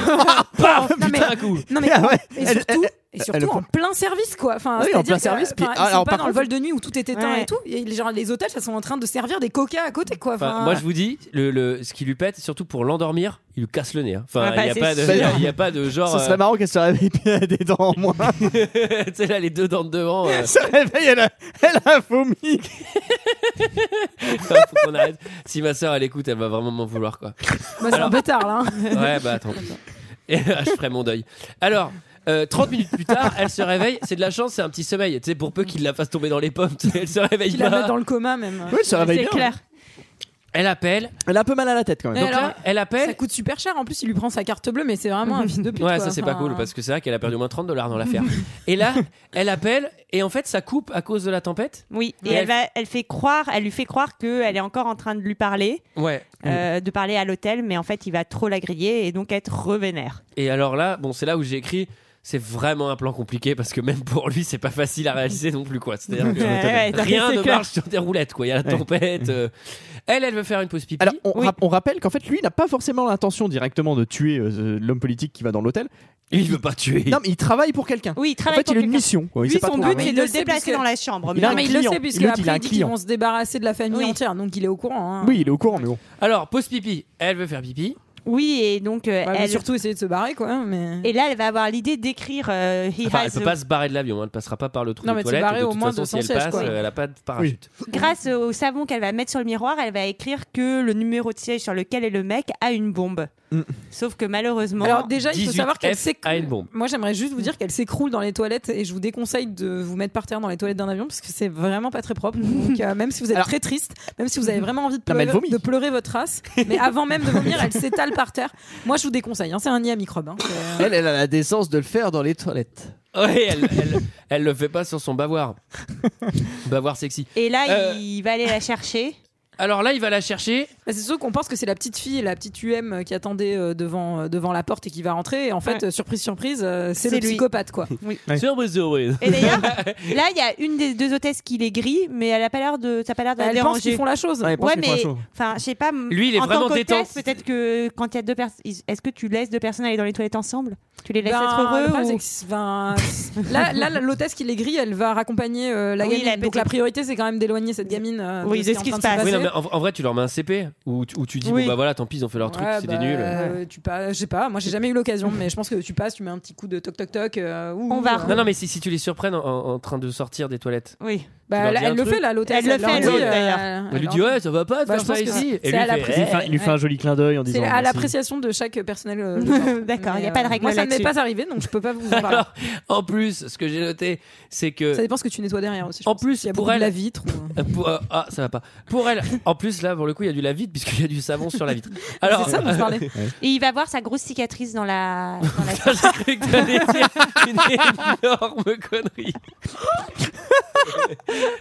A: Paf,
G: Non, mais-
A: putain, un coup.
G: Non mais
F: Ah ouais.
G: et
F: Elle-
G: surtout,
F: elle-
G: et surtout
F: elle-
G: en plein service quoi. Enfin,
F: Oui, en
G: c'est-à-dire
F: plein
G: que,
F: service, puis-
G: enfin,
F: ah,
G: ils sont
F: alors,
G: pas
F: par
G: dans le vol de nuit où tout est éteint
J: Ouais.
G: et tout. Et les, genre, les otages, elles sont en train de servir des coca à côté quoi.
A: Enfin,
G: Enfin, bah,
A: moi, je vous dis, le, le- ce qui lui pète, surtout pour l'endormir, il lui casse le nez. hein. Enfin,
J: Ah bah,
A: il
J: c'est
A: n'y a, pas de-
F: sûr.
A: il y a- il y a pas de genre.
F: Ça serait marrant qu'elle se réveille puis elle a des dents en moins.
A: euh, tu sais, là, les deux dents de devant. euh,
F: Elle se réveille, elle a, elle a vomi.
A: faut qu'on arrête. Si ma soeur elle écoute, elle va vraiment m'en vouloir quoi.
G: Bah, c'est un
A: Alors-
G: peu tard là. hein.
A: Ouais, bah attends. Et, je ferai mon deuil. Alors, Euh, 30 minutes plus tard, elle se réveille. C'est de la chance, c'est un petit sommeil. Tu sais, pour peu qu'il la fasse tomber dans les pommes, tu sais, elle se réveille
G: Qui la
A: pas.
G: met dans le coma même.
A: Oui, elle se réveille
G: C'est
A: bien.
G: clair.
A: Elle appelle.
F: Elle a un peu mal à la tête quand
G: Mais
A: Donc
G: alors,
A: là, elle appelle.
G: Ça coûte super cher. En plus, il lui prend sa carte bleue, mais c'est vraiment un fils de pute.
A: Ouais,
G: quoi.
A: ça c'est pas
G: Enfin,
A: cool parce que c'est vrai qu'elle a perdu au moins 30 dollars dans l'affaire. et là, elle appelle et en fait ça coupe à cause de la tempête.
J: Oui, et
A: Et
J: elle,
A: elle-
J: va, elle fait croire, elle lui fait croire qu'elle est encore en train de lui parler,
A: Ouais.
F: Mm.
J: euh, de parler à l'hôtel, mais en fait, il va trop la griller et donc être revénère.
A: Et alors là, bon, c'est là où j'ai écrit. C'est vraiment un plan compliqué parce que même pour lui, c'est pas facile à réaliser non plus quoi. C'est-à-dire que
J: Ouais, ouais, t'as-
A: rien
J: c'est
A: ne
J: clair.
A: marche sur des roulettes quoi. Il y a la
F: Ouais.
A: tempête. euh, Elle, elle veut faire une pause pipi.
F: Alors, on, rap- on rappelle qu'en fait, lui n'a pas forcément l'intention directement de tuer euh, l'homme politique qui va dans l'hôtel.
A: Il veut pas tuer.
F: Non, mais il travaille pour quelqu'un.
J: Oui, il
F: En
J: travaille
F: fait,
J: pour
F: il a une
J: quelqu'un.
F: mission. quoi. Il
J: Lui,
F: sait pas
J: son
F: trop. Ah,
J: but,
G: mais
J: c'est
G: il
J: de
G: le
J: le
G: sait
J: déplacer
G: puisque-
J: dans la chambre.
F: Il a
G: Non,
F: un
G: mais il le
F: client.
G: sait puisque
F: L'autre, il a
G: après
F: un
G: il dit qu'ils
F: client.
G: vont se débarrasser de la famille
J: Oui.
G: entière, donc il est au courant. hein.
F: Oui, il est au courant, mais bon.
A: Alors, pause pipi. Elle veut faire pipi.
J: Oui, et donc, euh,
G: Ouais, mais
J: elle...
G: Bah, surtout essayer de se barrer quoi. hein, Mais...
J: et là, elle va avoir l'idée d'écrire euh, He
A: Enfin, elle
J: has
A: peut
J: a-
A: pas se barrer de l'avion. hein. Elle passera pas par le trou
G: Non,
A: des
G: mais c'est
A: toilettes.
G: barré
A: de
G: au
A: toute
G: moins
A: façon,
G: de
A: si elle
G: 116,
A: passe,
G: quoi.
A: euh, elle a pas de parachute.
J: Grâce au savon qu'elle va mettre sur le miroir, elle va écrire que le numéro de siège sur lequel est le mec a une bombe.
F: Mm.
J: Sauf que malheureusement,
G: Alors déjà, il faut
A: 18
G: savoir qu'elle
A: F E.
G: s'écroule.
A: à une bombe.
G: Moi, j'aimerais juste
F: Mm.
G: vous dire qu'elle s'écroule dans les toilettes et je vous déconseille de vous mettre par terre dans les toilettes d'un avion parce que c'est vraiment pas très propre. Donc, euh, même si vous êtes
F: Alors-
G: très triste, même si vous avez vraiment envie de
F: Non, mais
G: pleurer,
F: elle vomit.
G: de pleurer votre race, mais avant même de vomir, elle s'étale par terre. Moi, je vous déconseille. hein, c'est un nid à microbes. hein, c'est-
F: Elle, elle a la décence de le faire dans les toilettes.
A: Ouais, elle, elle, elle le fait pas sur son bavoir. bavoir sexy.
J: et là,
A: Euh.
J: il va aller la chercher.
A: Alors là, il va la chercher.
G: Bah, c'est sûr qu'on pense que c'est la petite fille, la petite UM euh, qui attendait euh, devant, euh, devant la porte et qui va rentrer. Et en fait,
J: Ouais.
G: euh, surprise, surprise, euh, c'est
J: C'est
G: le
J: lui.
G: psychopathe quoi.
F: Ouais.
A: Surprise, surprise.
J: Et d'ailleurs, là, il y a une des deux hôtesses qui les grille, mais elle a pas l'air de, ça a pas l'air de
G: Bah,
J: la
G: elle pense
J: déranger.
G: qu'ils font la chose.
F: Ouais, elle pense
J: ouais,
F: qu'ils font la
J: mais
F: chose.
J: enfin, je sais pas. m-
A: Lui, il est
J: en
A: vraiment
J: tant qu'hôtesse,
A: détente.
J: Peut-être que quand il y a deux personnes, est-ce que tu laisses deux personnes aller dans les toilettes ensemble Tu les laisses
G: Ben,
J: être
G: le
J: heureux
G: problème,
J: ou-
G: c'est que- ben, là, là, l'hôtesse qui les grille, elle va raccompagner euh, la
J: Oui,
G: gamine.
J: la
G: Donc
J: petite.
G: la priorité, c'est quand même d'éloigner cette gamine. euh,
J: Oui, de
G: est
J: ce
G: en
J: qui
G: train
J: se
G: de
J: passe.
A: Oui,
G: passer.
A: non, mais en, en vrai, tu leur mets un CP ou tu, ou tu dis
J: Oui.
A: bon bah voilà, tant pis, ils ont fait leur truc,
G: Ouais,
A: c'est
G: bah,
A: des nuls.
G: euh, tu pas, je sais pas. Moi, j'ai jamais eu l'occasion, mais je pense que tu passes, tu mets un petit coup de toc toc toc. euh, ouh,
J: On
G: ouh,
J: va
G: euh,
A: Non, non, mais si, si tu les surprennes en, en- en train de sortir des toilettes,
J: Oui.
A: tu
G: bah,
A: leur
G: là,
A: dis un
G: elle le
A: truc.
G: fait là, l'hôtesse.
J: Elle le fait,
G: leur dit,
J: elle le-
G: euh,
J: d'ailleurs.
A: elle lui
G: leur
A: dit ouais, ça va pas de
G: Bah,
A: faire
G: je pense
A: ça
G: que
A: ici.
G: c'est
A: Et lui,
G: à la
A: il fait,
G: prise.
A: eh.
F: Il, fait- il lui fait un joli clin d'œil en disant.
G: C'est à
F: merci.
G: l'appréciation de chaque personnel. euh, de genre.
J: D'accord,
G: Mais,
J: y a pas de
G: euh,
J: règle
G: Moi, ça ne m'est
J: là-dessus.
G: pas arrivé, donc je peux pas vous en parler.
A: Alors, en plus, ce que j'ai noté, c'est que
G: Ça dépend ce que tu nettoies derrière aussi. je
A: En
G: pense.
A: plus,
G: S'il y a
A: pour
G: beaucoup de
A: elle-
G: la vitre. ou-
A: Pour- euh, ah, ça va pas. Pour elle, en plus, là, pour le coup, il y a du la vitre, puisqu'il y a du savon sur la vitre. Alors,
G: C'est ça dont je parlais.
J: Et il va voir sa grosse cicatrice dans la. Dans la...
A: j'ai cru que t'allais dire une énorme connerie.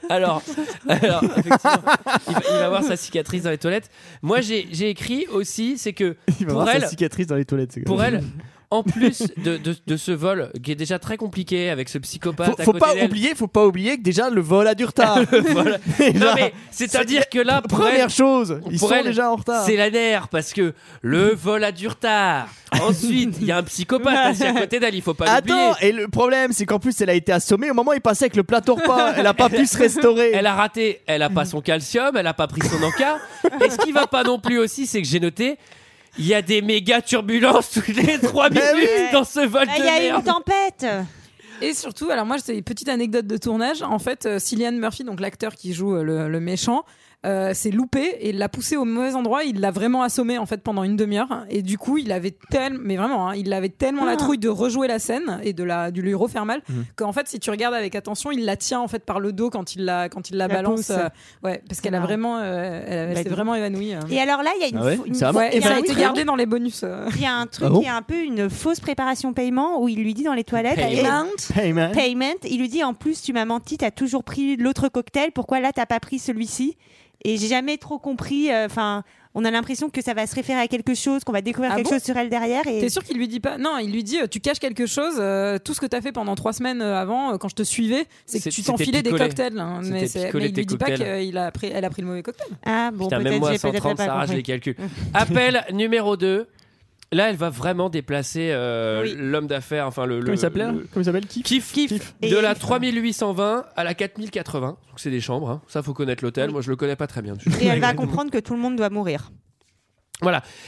A: alors, alors, effectivement, il va, il va voir sa cicatrice dans les toilettes. Moi, j'ai j'ai écrit aussi, c'est que
F: Il va
A: Pour
F: avoir
A: elle-
F: sa cicatrice dans les toilettes. c'est
A: pour
F: comme-
A: elle, en plus de, de- de ce vol qui est déjà très compliqué avec ce psychopathe
F: Faut,
A: à
F: faut
A: côté
F: pas
A: d'elle.
F: oublier, faut pas oublier que déjà le vol a du retard.
A: Voilà. Non, mais c'est-à-dire que là, pour elle,
F: première chose, ils
A: pour
F: sont
A: elle,
F: déjà en retard.
A: C'est la nerf parce que le vol a du retard. Ensuite, il y a un psychopathe assis à côté d'elle, il faut pas l'oublier.
F: Attends, et le problème, c'est qu'en plus, elle a été assommée au moment où il passait avec le plateau repas. Elle a pas pu se restaurer.
A: Elle a raté, elle a pas son calcium, elle a pas pris son encas. Et ce qui va pas non plus aussi, c'est que j'ai noté, il y a des méga turbulences toutes les 3 minutes
J: Bah oui.
A: dans ce vol
J: Ah,
A: de
J: Il y a eu une
A: merde.
J: tempête.
G: Et surtout, alors moi, c'est une petite anecdote de tournage. En fait, euh, Cillian Murphy, donc l'acteur qui joue euh, le, le méchant, euh, s'est loupé et l'a poussé au mauvais endroit. Il l'a vraiment assommé en fait pendant une demi-heure. Et du coup, il avait tellement, mais vraiment, hein, il avait tellement
J: Ah.
G: la trouille de rejouer la scène et de la de lui refaire mal qu'en fait, si tu regardes avec attention, il la tient en fait par le dos quand il la quand il la,
J: La
G: balance.
J: pousse.
G: euh, ouais, parce qu'elle a
J: marrant.
G: vraiment, euh, elle, elle
J: Bah,
G: s'est
J: dis-
G: vraiment évanouie. euh.
J: Et alors là, il y a une.
F: Ah ouais
J: fou- une-
F: C'est vraiment-
G: Ouais, et
J: il y a
G: ça a
J: un
G: été
J: truc-
G: gardé dans les bonus. euh.
J: Il y a un truc
F: Ah bon
J: qui est un peu une fausse préparation paiement où il lui dit dans les toilettes.
A: Payment.
J: et-
F: Hey, man.
J: payment. Il lui dit en plus tu m'as menti, t'as toujours pris l'autre cocktail. Pourquoi là t'as pas pris celui-ci Et j'ai jamais trop compris. euh, Enfin, on a l'impression que ça va se référer à quelque chose, qu'on va découvrir
G: Ah
J: quelque
G: bon
J: chose sur elle derrière. Et
G: T'es sûr qu'il lui dit pas Non, il lui dit euh, tu caches quelque chose. euh, tout ce que t'as fait pendant trois semaines euh, avant, euh, quand je te suivais, c'est que
A: C'est-
G: tu
A: c'était
G: t'enfilais des
A: picolé.
G: cocktails. hein,
A: C'était
G: mais, c'est-
A: picolé
G: mais il
A: tes
G: lui dit pas
A: cocktails.
G: qu'elle a pris, elle a pris le mauvais cocktail.
J: ah bon,
A: Putain,
J: peut-être
A: même moi, à
J: j'ai peut-être
A: 130,
J: pas
A: ça arrache les
J: compris.
A: calculs. Appel numéro 2. Là, elle va vraiment déplacer euh,
J: Oui.
A: l'homme d'affaires, enfin le.
F: Comment
A: le-
F: il s'appelait hein
A: le-
F: Comment il s'appelle Qui
A: Kiff.
F: Kiff.
A: De
J: Et-
A: la 3820 à la 4080. Donc c'est des chambres, hein. ça faut connaître l'hôtel.
J: Oui.
A: Moi je le connais pas très bien.
F: Ah
J: Et elle va comprendre que tout le monde doit mourir.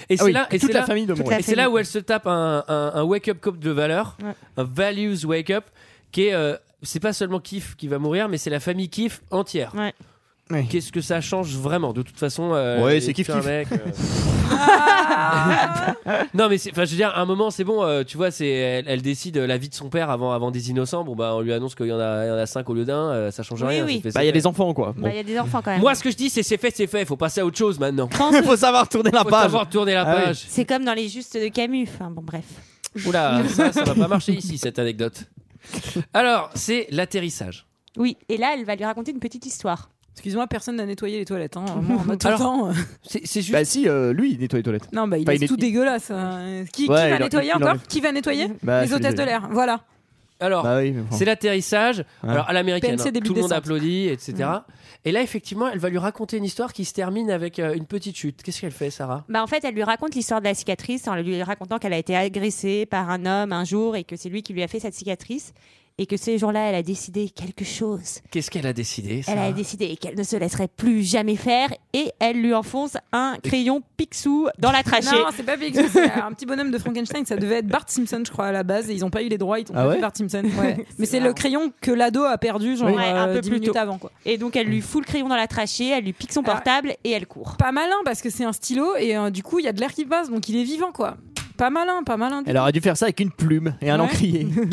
A: Et c'est
F: Ah oui,
A: là, et
F: toute
A: c'est
F: la
A: là,
F: famille de
J: toute
F: mon
J: la
A: et c'est là où elle se tape un, un- un wake up call de valeur,
J: Ouais.
A: un values wake up, qui est euh, c'est pas seulement Kiff qui va mourir, mais c'est la famille Kiff entière.
J: Ouais.
F: Ouais.
A: Qu'est-ce que ça change vraiment De toute façon, euh,
F: Ouais, c'est
A: tu es
F: Kiff
A: un
F: Kiff.
J: Ah.
A: mec, euh, Non, mais c'est- enfin, je veux dire, à un moment, c'est bon, euh, tu vois, c'est elle, elle décide la vie de son père avant, avant des innocents. Bon, bah, on lui annonce qu'il y en a, il y en a cinq au lieu d'un, euh, ça change
J: Oui,
A: rien.
J: oui.
A: c'est fait,
F: Bah,
A: c'est
F: il y a
A: fait.
F: des enfants, quoi. Bon.
J: Bah, Il y a des enfants quand même.
A: Moi, ce que je dis, c'est c'est fait, c'est fait. Faut passer à autre chose maintenant.
F: Faut savoir tourner la
A: Faut
F: page.
A: savoir tourner la
F: Ah oui.
A: page.
J: C'est comme dans les justes de Camus. Enfin, bon, bref.
A: Oula, ça, ça va pas marcher ici cette anecdote. Alors, c'est l'atterrissage.
J: Oui, et là, elle va lui raconter une petite histoire.
G: Excuse-moi, personne n'a nettoyé les toilettes. Hein. Moi, on a tout
A: Alors-
G: le temps. euh.
A: C'est c'est juste.
F: Bah, si, euh, lui, il nettoie les toilettes.
G: Non, bah, il
F: Bah,
G: est
F: il est-
G: tout dégueulasse. hein. Qui, qui
F: Ouais, il
G: va
F: en-
G: nettoyer
F: il en
G: encore
F: enlève.
G: Qui va nettoyer
F: Bah,
G: Les
F: c'est
G: hôtesses de
F: les-
G: l'air. Voilà.
A: Alors,
F: Bah oui, mais bon.
A: c'est l'atterrissage.
F: Ouais. Mm.
A: Alors, à l'américaine,
G: PNC
A: hein,
G: début
A: tout le monde
G: décembre.
A: applaudit, etc. Et là, effectivement, elle va lui raconter une histoire qui se termine avec euh, une petite chute. Qu'est-ce qu'elle fait, Sarah
J: Bah, en fait, elle lui raconte l'histoire de la cicatrice en lui racontant qu'elle a été agressée par un homme un jour et que c'est lui qui lui a fait cette cicatrice. Et que ces jours-là, elle a décidé quelque chose.
A: Qu'est-ce qu'elle a décidé
J: Elle a
A: Sarah
J: décidé qu'elle ne se laisserait plus jamais faire et elle lui enfonce un crayon Picsou dans la trachée.
G: Non, c'est pas Big Zoo, c'est un petit bonhomme de Frankenstein. Ça devait être Bart Simpson, je crois, à la base. Et ils ont pas eu les droits. Ils ont
F: Ah
G: pas
F: ouais
G: fait Bart Simpson. Ouais. Mais c'est le
J: marrant.
G: crayon que l'ado a perdu, genre,
J: Oui. Ouais, un
G: euh,
J: peu
G: 10
J: plus
G: minutes
J: tôt.
G: avant, quoi.
J: Et donc, elle lui fout le crayon dans la trachée, elle lui pique son
G: Ah.
J: portable et elle court.
G: Pas malin, parce que c'est un stylo. Et euh, du coup, il y a de l'air qui passe. Donc, il est vivant, quoi. Pas malin, pas malin. du
F: Elle aurait dû faire ça avec une plume et un
G: Ouais.
F: encrier.
G: tout,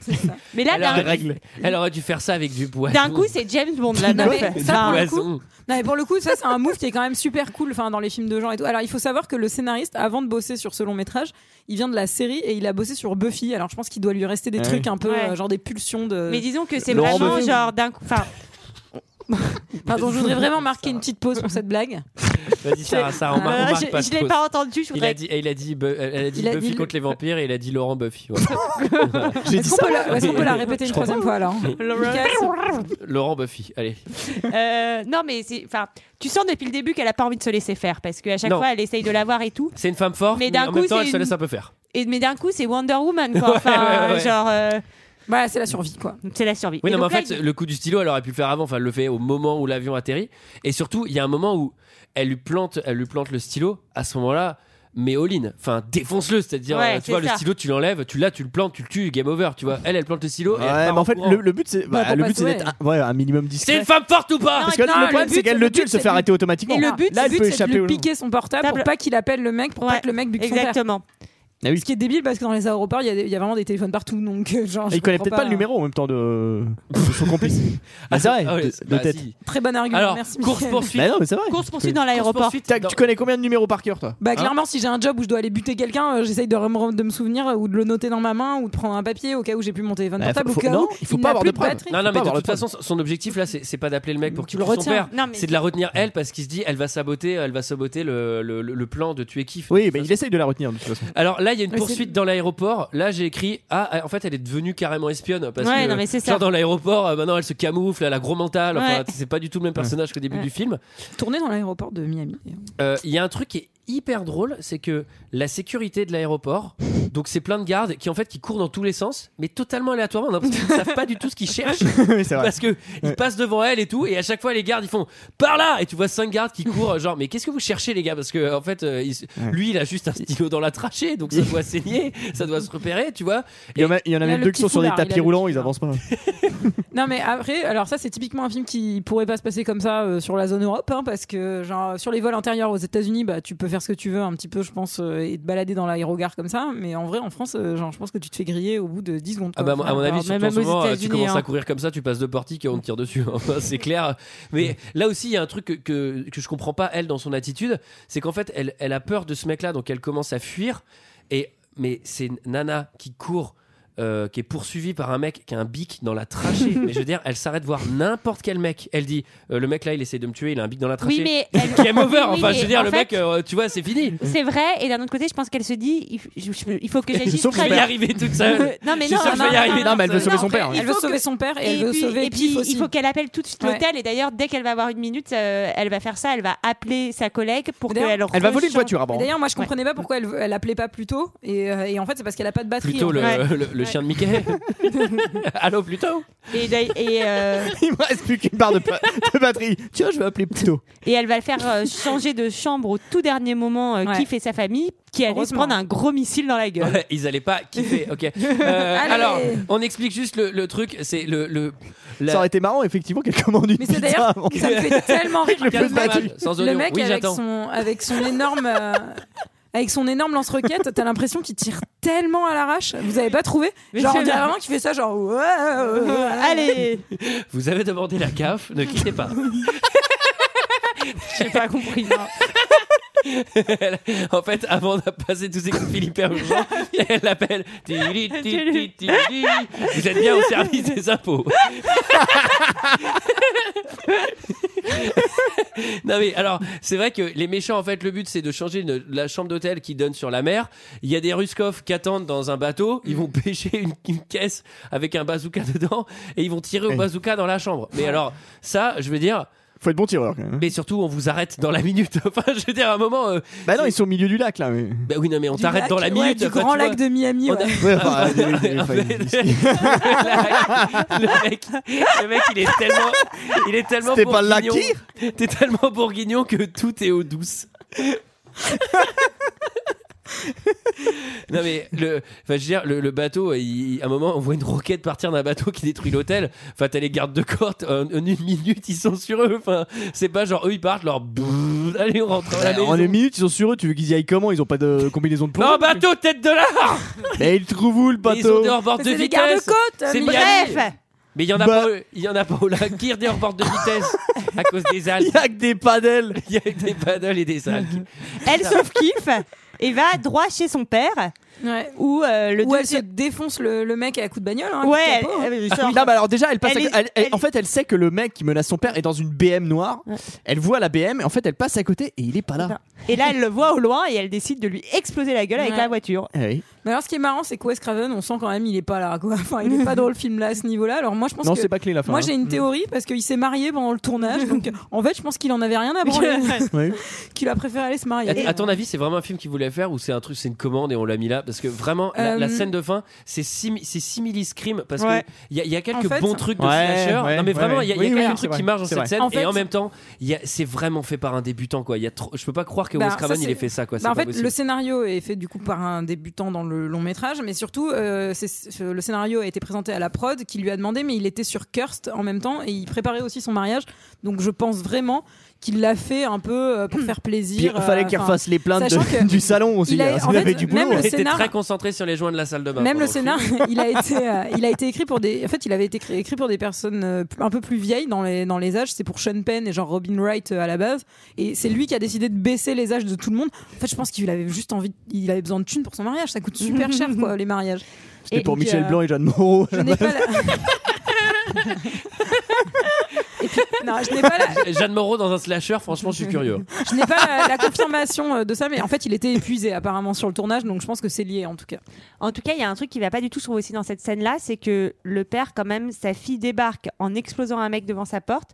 G: c'est ça.
J: Mais là,
A: Elle a-
J: d'un-
F: Règle.
A: Elle aurait dû faire ça avec du poisson.
J: d'un coup, c'est James Bond, la
G: Non,
J: meuf.
G: mais
J: Enfin,
G: ça, pour le coup,
A: Poisson.
G: Non, mais pour le coup, ça, c'est un move qui est quand même super cool enfin, dans les films de genre et tout. Alors, il faut savoir que le scénariste, avant de bosser sur ce long métrage, il vient de la série et il a bossé sur Buffy. Alors, je pense qu'il doit lui rester des
F: Ah
G: trucs un peu,
J: Ouais.
G: euh, genre des pulsions de.
J: Mais disons que c'est
F: Laurent
J: vraiment
F: Buffy.
J: genre d'un coup. Enfin,
G: Pardon, je voudrais vraiment marquer une petite pause pour cette blague.
A: Vas-y, Sarah, Sarah, on, mar- on
J: euh,
A: marque
J: je
A: pas de
J: je l'ai
A: pause.
J: pas entendu, je
A: Il a
J: voudrais.
A: dit, et il a dit, Bu- elle elle a dit
G: Il a
A: Buffy
G: dit le-
A: contre les vampires et il a dit Laurent Buffy. voilà.
F: J'ai dit
G: Est-ce qu'on
F: ça.
G: peut, la- est-ce qu'on peut la répéter
F: Je
G: une
F: crois
G: troisième fois alors Lucas,
A: Laurent Buffy, allez.
J: Euh, non, mais c'est. Enfin, tu sens depuis le début qu'elle a pas envie de se laisser faire parce qu'à chaque
A: Non.
J: fois, elle essaye de l'avoir et tout.
A: C'est une femme forte,
J: Mais
A: mais,
J: d'un
A: en
J: coup,
A: même temps,
J: c'est
A: elle se
J: une-
A: laisse un peu faire.
J: Et, mais d'un coup, c'est Wonder Woman, quoi. Enfin,
A: ouais, ouais.
J: genre, euh,
G: Voilà, c'est la survie quoi.
J: c'est la survie.
A: Oui,
J: Et
A: non, mais en
J: donc là,
A: fait, le coup du stylo, elle aurait pu le faire avant. Enfin, elle le fait au moment où l'avion atterrit. Et surtout, il y a un moment où elle lui plante, elle lui plante le stylo. À ce moment-là, mais all-in. Enfin, défonce-le. C'est-à-dire,
J: Ouais,
A: euh, tu
J: c'est
A: vois, le
J: ça.
A: stylo, tu l'enlèves, tu l'as, tu le plantes, tu le tues, game over. Tu vois, elle, elle plante le stylo. et elle
F: Ouais,
A: part
F: mais en fait,
A: courant.
F: le, le but c'est bah,
G: pour
F: le
G: pas
F: but c'est
G: se-
F: d'être un- ouais, un minimum
A: C'est
F: discret.
A: une femme forte ou pas
J: Non,
F: Parce que
J: Non,
F: le
J: le
F: problème
G: but,
F: c'est qu'elle
G: c'est-
F: le
G: le
F: tue,
G: but,
F: elle se
G: c'est
F: fait
G: de-
F: arrêter
G: Et
F: automatiquement.
G: le but,
F: Là,
G: bah, le
F: elle
G: but,
F: peut
G: c'est de
F: échapper.
G: lui
F: au-
G: piquer son portable pour
J: Table.
G: pas qu'il appelle le mec, pour pas
J: Ouais.
G: que le mec bute son père.
J: Exactement.
F: Ah oui.
G: Ce qui est débile parce que dans les aéroports, il y, a des- il y a vraiment des téléphones partout. Donc, euh, genre,
F: Et
G: je
F: il connaît
G: comprends
F: peut-être pas le numéro en même temps de de son complice. Ah, c'est vrai,
A: Ah ouais,
F: de- de
A: bah,
F: tête.
A: si.
G: Très bon argument.
A: Alors,
G: merci.
A: course
G: Michel.
A: poursuite.
F: Bah non, mais c'est vrai.
J: Course poursuite dans
A: Course
J: l'aéroport.
A: poursuite.
F: Tac,
A: Dans-
F: Tu connais combien de numéros par cœur, toi
G: Bah clairement, si j'ai un job où je dois aller buter quelqu'un, euh, j'essaye de, me- de me souvenir euh, ou de le noter dans ma main ou de prendre un papier au cas où j'ai plus mon téléphone
F: Bah,
G: portable.
F: faut- faut-
G: au cas
F: non,
G: où
F: il faut
G: n'a
F: pas avoir
G: plus
F: de preuves.
G: batterie.
A: Non, non,
F: Faut
A: mais
F: pas
A: de
F: avoir
A: toute
F: le temps.
A: façon, son objectif là, c'est c'est pas d'appeler le mec pour
G: Tu
A: qu'il
G: le
A: tue son
G: retiens.
A: père.
J: Non, mais
A: C'est de la retenir elle parce qu'il se dit, elle va saboter, elle va saboter le, le- le- le plan de tuer Kiff.
F: Oui, mais il essaye de la retenir de toute façon.
A: Alors là, il y a une
G: Ouais,
A: poursuite
G: c'est-
A: dans l'aéroport. Là, j'ai écrit Ah, en fait, elle est devenue carrément espionne. Parce
J: Ouais,
A: que,
J: non, mais c'est ça.
A: genre, dans l'aéroport, euh, maintenant, elle se camoufle, elle a gros mental. Enfin,
J: Ouais.
A: c'est pas du tout le même personnage qu'au début
J: Ouais.
A: du film.
G: Tourner dans l'aéroport de Miami. d'ailleurs.
A: Euh, Il y a un truc qui est hyper drôle c'est que la sécurité de l'aéroport, donc c'est plein de gardes qui, en fait, qui courent dans tous les sens, mais totalement aléatoirement. On a l'impression qu'ils savent pas du tout ce qu'ils cherchent
F: Oui, c'est vrai.
A: parce que ils passent devant elle et tout et à chaque fois les gardes ils font par là et tu vois cinq gardes qui courent genre mais qu'est-ce que vous cherchez les gars parce que en fait euh, il s- lui il a juste un stylo dans la trachée donc ça doit saigner ça doit se repérer tu vois
F: Il y en a, il y en a
G: il a
F: même
G: le
F: deux qui sont
G: petit
F: sur des
G: foulard, il a
F: tapis
G: le
F: roulants,
G: petit
F: ils avancent pas.
G: Non mais après, alors ça c'est typiquement un film qui pourrait pas se passer comme ça euh, sur la zone Europe, hein, parce que genre sur les vols intérieurs aux États-Unis, bah tu peux faire ce que tu veux un petit peu, je pense, euh, et te balader dans l'aérogare comme ça. Mais en vrai, en France, euh, genre je pense que tu te fais griller au bout de 10 secondes.
A: Ah
G: quoi.
A: bah, à mon
J: alors,
A: avis, surtout
J: même
A: en ce
J: aux
A: moment, euh, tu
J: États-Unis,
A: commences à
J: hein.
A: courir comme ça, tu passes deux portiques et on te tire dessus. Enfin, c'est clair. Mais là aussi, il y a un truc que, que, que je comprends pas, elle, dans son attitude. C'est qu'en fait, elle, elle a peur de ce mec-là, donc elle commence à fuir. Et, mais c'est Nana qui court. euh, qui est poursuivie par un mec qui a un bic dans la trachée. mais je veux dire, elle s'arrête voir n'importe quel mec. Elle dit euh, Le mec là, il essaie de me tuer, il a un bic dans la trachée.
J: Oui, mais elle-
A: Game over
J: Oui,
A: Enfin, je
J: mais
A: veux dire,
J: en
A: le
J: fait,
A: mec, euh, tu vois, c'est fini.
J: C'est vrai, et d'un autre côté, je pense qu'elle se dit il f- je- je- il faut que j'agisse
F: Sauf
A: Je
J: très
A: vais y
J: bien.
A: arriver toute seule.
J: Non, mais
A: Je suis
J: non,
A: sûr que je vais y
J: non,
A: arriver
J: non,
A: toute
F: mais elle veut
A: seule.
F: sauver son père. hein.
J: il
G: Elle veut
J: faut
G: sauver
J: que-
G: son père et, elle
J: Et
G: veut
J: puis,
G: sauver
J: et puis,
G: Pif aussi.
J: il faut qu'elle appelle tout de suite
G: Ouais.
J: l'hôtel. Et d'ailleurs, dès qu'elle va avoir une minute, euh, elle va faire ça. Elle va appeler sa collègue pour
G: D'ailleurs,
J: qu'elle
F: Elle va voler une
J: rechange-
F: voiture
G: Mais
F: avant.
G: D'ailleurs, moi je comprenais pas pourquoi elle, elle appelait pas plus tôt, et, euh, et en fait c'est parce qu'elle a pas de batterie.
A: Plutôt
G: en
A: le,
G: fait.
J: Ouais.
A: le- le chien de Mickey. Allô, Plutôt
J: Et, d'ailleurs- et, euh,
F: Il me reste plus qu'une barre de, pa- de batterie. Tiens, je vais appeler plutôt.
J: et elle va le faire euh, changer de chambre au tout dernier moment, euh,
G: Ouais.
J: Keith et sa famille, qui allaient se
G: Heureusement.
J: prendre un gros missile dans la gueule.
A: Ouais, ils allaient pas kiffer, ok. Euh,
G: Allez.
A: alors, on explique juste le, le truc, c'est le... le la-
F: Ça aurait été marrant, effectivement, qu'elle commande une
G: Mais c'est
F: pizza
G: d'ailleurs,
F: avant.
G: ça me fait tellement rire
F: Le
G: que le
F: plus
G: mec,
F: battu.
A: Sans
G: le
A: oignon.
G: mec
A: oui,
G: avec,
A: j'attends.
G: son, avec son énorme euh, Avec son énorme lance-roquette, t'as l'impression qu'il tire tellement à l'arrache. Vous avez pas trouvé
J: Mais
G: Genre,
J: c'est
G: on dirait
J: bien.
G: vraiment qu'il fait ça, genre. ouais, Euh, ouais, ouais.
J: Allez
A: Vous avez demandé la CAF, ne quittez pas.
J: J'ai pas compris.
A: Elle- en fait, avant de passer tous ces coups de fil hyper urgents, elle appelle. Tili, tili, tili, tili. Vous êtes bien au service des impôts. non mais alors, c'est vrai que les méchants, en fait, le but c'est de changer une- la chambre d'hôtel qui donne sur la mer. Il y a des Ruskov qui attendent dans un bateau. Ils vont pêcher une, une caisse avec un bazooka dedans et ils vont tirer au
F: Eh.
A: bazooka dans la chambre. Mais alors, ça, je veux dire.
F: Faut être bon tireur quand même.
A: Mais surtout, on vous arrête dans la minute. Enfin, je veux dire, à un moment. euh,
F: Bah non, ils sont au milieu du lac là. Mais...
A: bah oui, non, mais on
G: Du
A: t'arrête
G: lac,
A: dans la
G: ouais,
A: minute.
G: du
A: enfin,
G: grand
A: tu
G: lac
A: vois.
G: de Miami.
A: On
G: ouais.
F: Ouais, enfin, j'ai- j'ai- j'ai
A: En
F: failli-
A: fait, le, mec, le mec, il est tellement, il est tellement
F: C'était pas le lac
A: bourguignon. T'es tellement bourguignon que tout est eau douce. non mais le, enfin, je veux dire, le, le bateau, il- à un moment, on voit une roquette partir d'un bateau qui détruit l'hôtel. Enfin, t'as les gardes de corps, en, en une minute, ils sont sur eux. Enfin, c'est pas genre eux ils partent, leur allez on rentre à la maison.
F: En une minute, Oh, ils sont sur eux. Tu veux qu'ils y aillent comment Ils ont pas de combinaison de plomb.
A: Non bateau tête de l'art.
F: Mais ils trouvent où le
A: Ils sont
F: bateau
A: dehors bord
G: bah, Mais
A: de
G: C'est des gardes
A: vitesse.
G: côtes
A: C'est Miami.
J: Bref
A: Mais il y en a
F: Bah-
A: pas, au- il y en a pas au lac Kyr des hors de vitesse à cause des
F: Il
A: algues.
F: y a que des padelles.
A: Il y a des paddles et des algues.
J: Elle sauf kiffe et va droit chez son père où euh, le
G: Ou elle se
J: deuxième-
G: défonce le, le mec à coups de bagnole. hein,
J: Ouais,
G: coup de
J: elle-
G: capot, hein.
J: elle-
F: Non,
J: genre-
F: mais alors déjà, elle passe. à-
J: Elle est-
F: elle- elle-
J: elle-
F: En fait, elle sait que le mec qui menace son père est dans une BM noire. Elle voit la BM, et en fait, elle passe à côté et il est pas
J: Non.
F: là.
J: Et là, elle le voit au loin et elle décide de lui exploser la gueule avec
G: Ouais.
J: la voiture.
F: Eh oui.
G: Mais alors, ce qui est marrant, c'est que Wes Craven, on sent quand même, il est pas là. Quoi. Enfin, il est pas dans le film là à ce niveau-là. Alors, moi, je pense
F: Non,
G: que.
F: c'est pas clé la fin.
G: Moi
F: hein.
G: j'ai une théorie parce qu'il s'est marié pendant le tournage donc en fait je pense qu'il en avait rien à branler
F: Ouais.
G: qu'il Ah, a préféré aller se
A: À,
G: marier.
A: à ton avis, c'est vraiment un film qu'il voulait faire ou c'est un truc, c'est une commande et on l'a mis là Parce que vraiment, la, la
G: Euh,
A: scène de fin, c'est simi- c'est simili-scream parce
J: Ouais.
A: que il y, a- il y a quelques
G: En fait,
A: bons trucs de
F: Ouais,
A: slasher.
F: ouais,
A: non, mais
F: ouais,
A: vraiment, il y a, il y a
F: oui, oui,
A: quelques
F: c'est
A: trucs
F: vrai,
A: qui marchent dans
F: c'est
A: cette
F: vrai.
A: scène
G: En
A: et
G: fait-
A: en même temps, il y a- c'est vraiment fait par un débutant. Quoi. Il Y a trop, je peux pas croire que
G: Bah,
A: Wes Craven
G: ça,
A: il
G: c'est-
A: ait fait ça. Quoi. C'est
G: Bah, en
A: pas
G: fait,
A: possible.
G: le scénario est fait du coup par un débutant dans le long métrage, mais surtout, euh, c'est- ce- le scénario a été présenté à la prod qui lui a demandé, mais il était sur Kirst en même temps et il préparait aussi son mariage. Donc je pense vraiment qu'il l'a fait un peu euh, pour faire
F: Hmm. Puis,
G: plaisir.
F: il fallait
G: euh,
F: qu'il
G: enfin,
F: refasse les plaintes
G: sachant
F: de-
G: que
F: du salon aussi.
G: il a-
F: parce
G: en
F: qu'il
G: fait,
F: avait du boulot.
G: même le
F: hein.
A: Il était
G: scénar-
A: très concentré sur les joints de la salle de bain.
G: Même
A: pendant
G: le scénar, il a été, euh, il a été écrit pour des, en fait, il avait été écrit, écrit pour des personnes euh, plus- un peu plus vieilles dans les dans les âges. C'est pour Sean Penn et genre Robin Wright euh, à la base. Et c'est lui qui a décidé de baisser les âges de tout le monde. En fait, je pense qu'il avait juste envie, il avait besoin de thunes pour son mariage. Ça coûte super cher quoi les mariages.
F: C'était
G: Et
F: pour
G: puis,
F: Michel
G: euh,
F: Blanc et Jeanne Moreau.
G: Je n'ai pas. La... Et puis, non, je n'ai pas la,
A: Jeanne Moreau dans un slasher, franchement, je suis curieux.
G: je n'ai pas la- la confirmation euh, de ça, mais en fait, il était épuisé apparemment sur le tournage, donc je pense que c'est lié en tout cas.
J: En tout cas, il y a un truc qui va pas du tout, je trouve, aussi dans cette scène-là, c'est que le père, quand même, sa fille débarque en explosant un mec devant sa porte.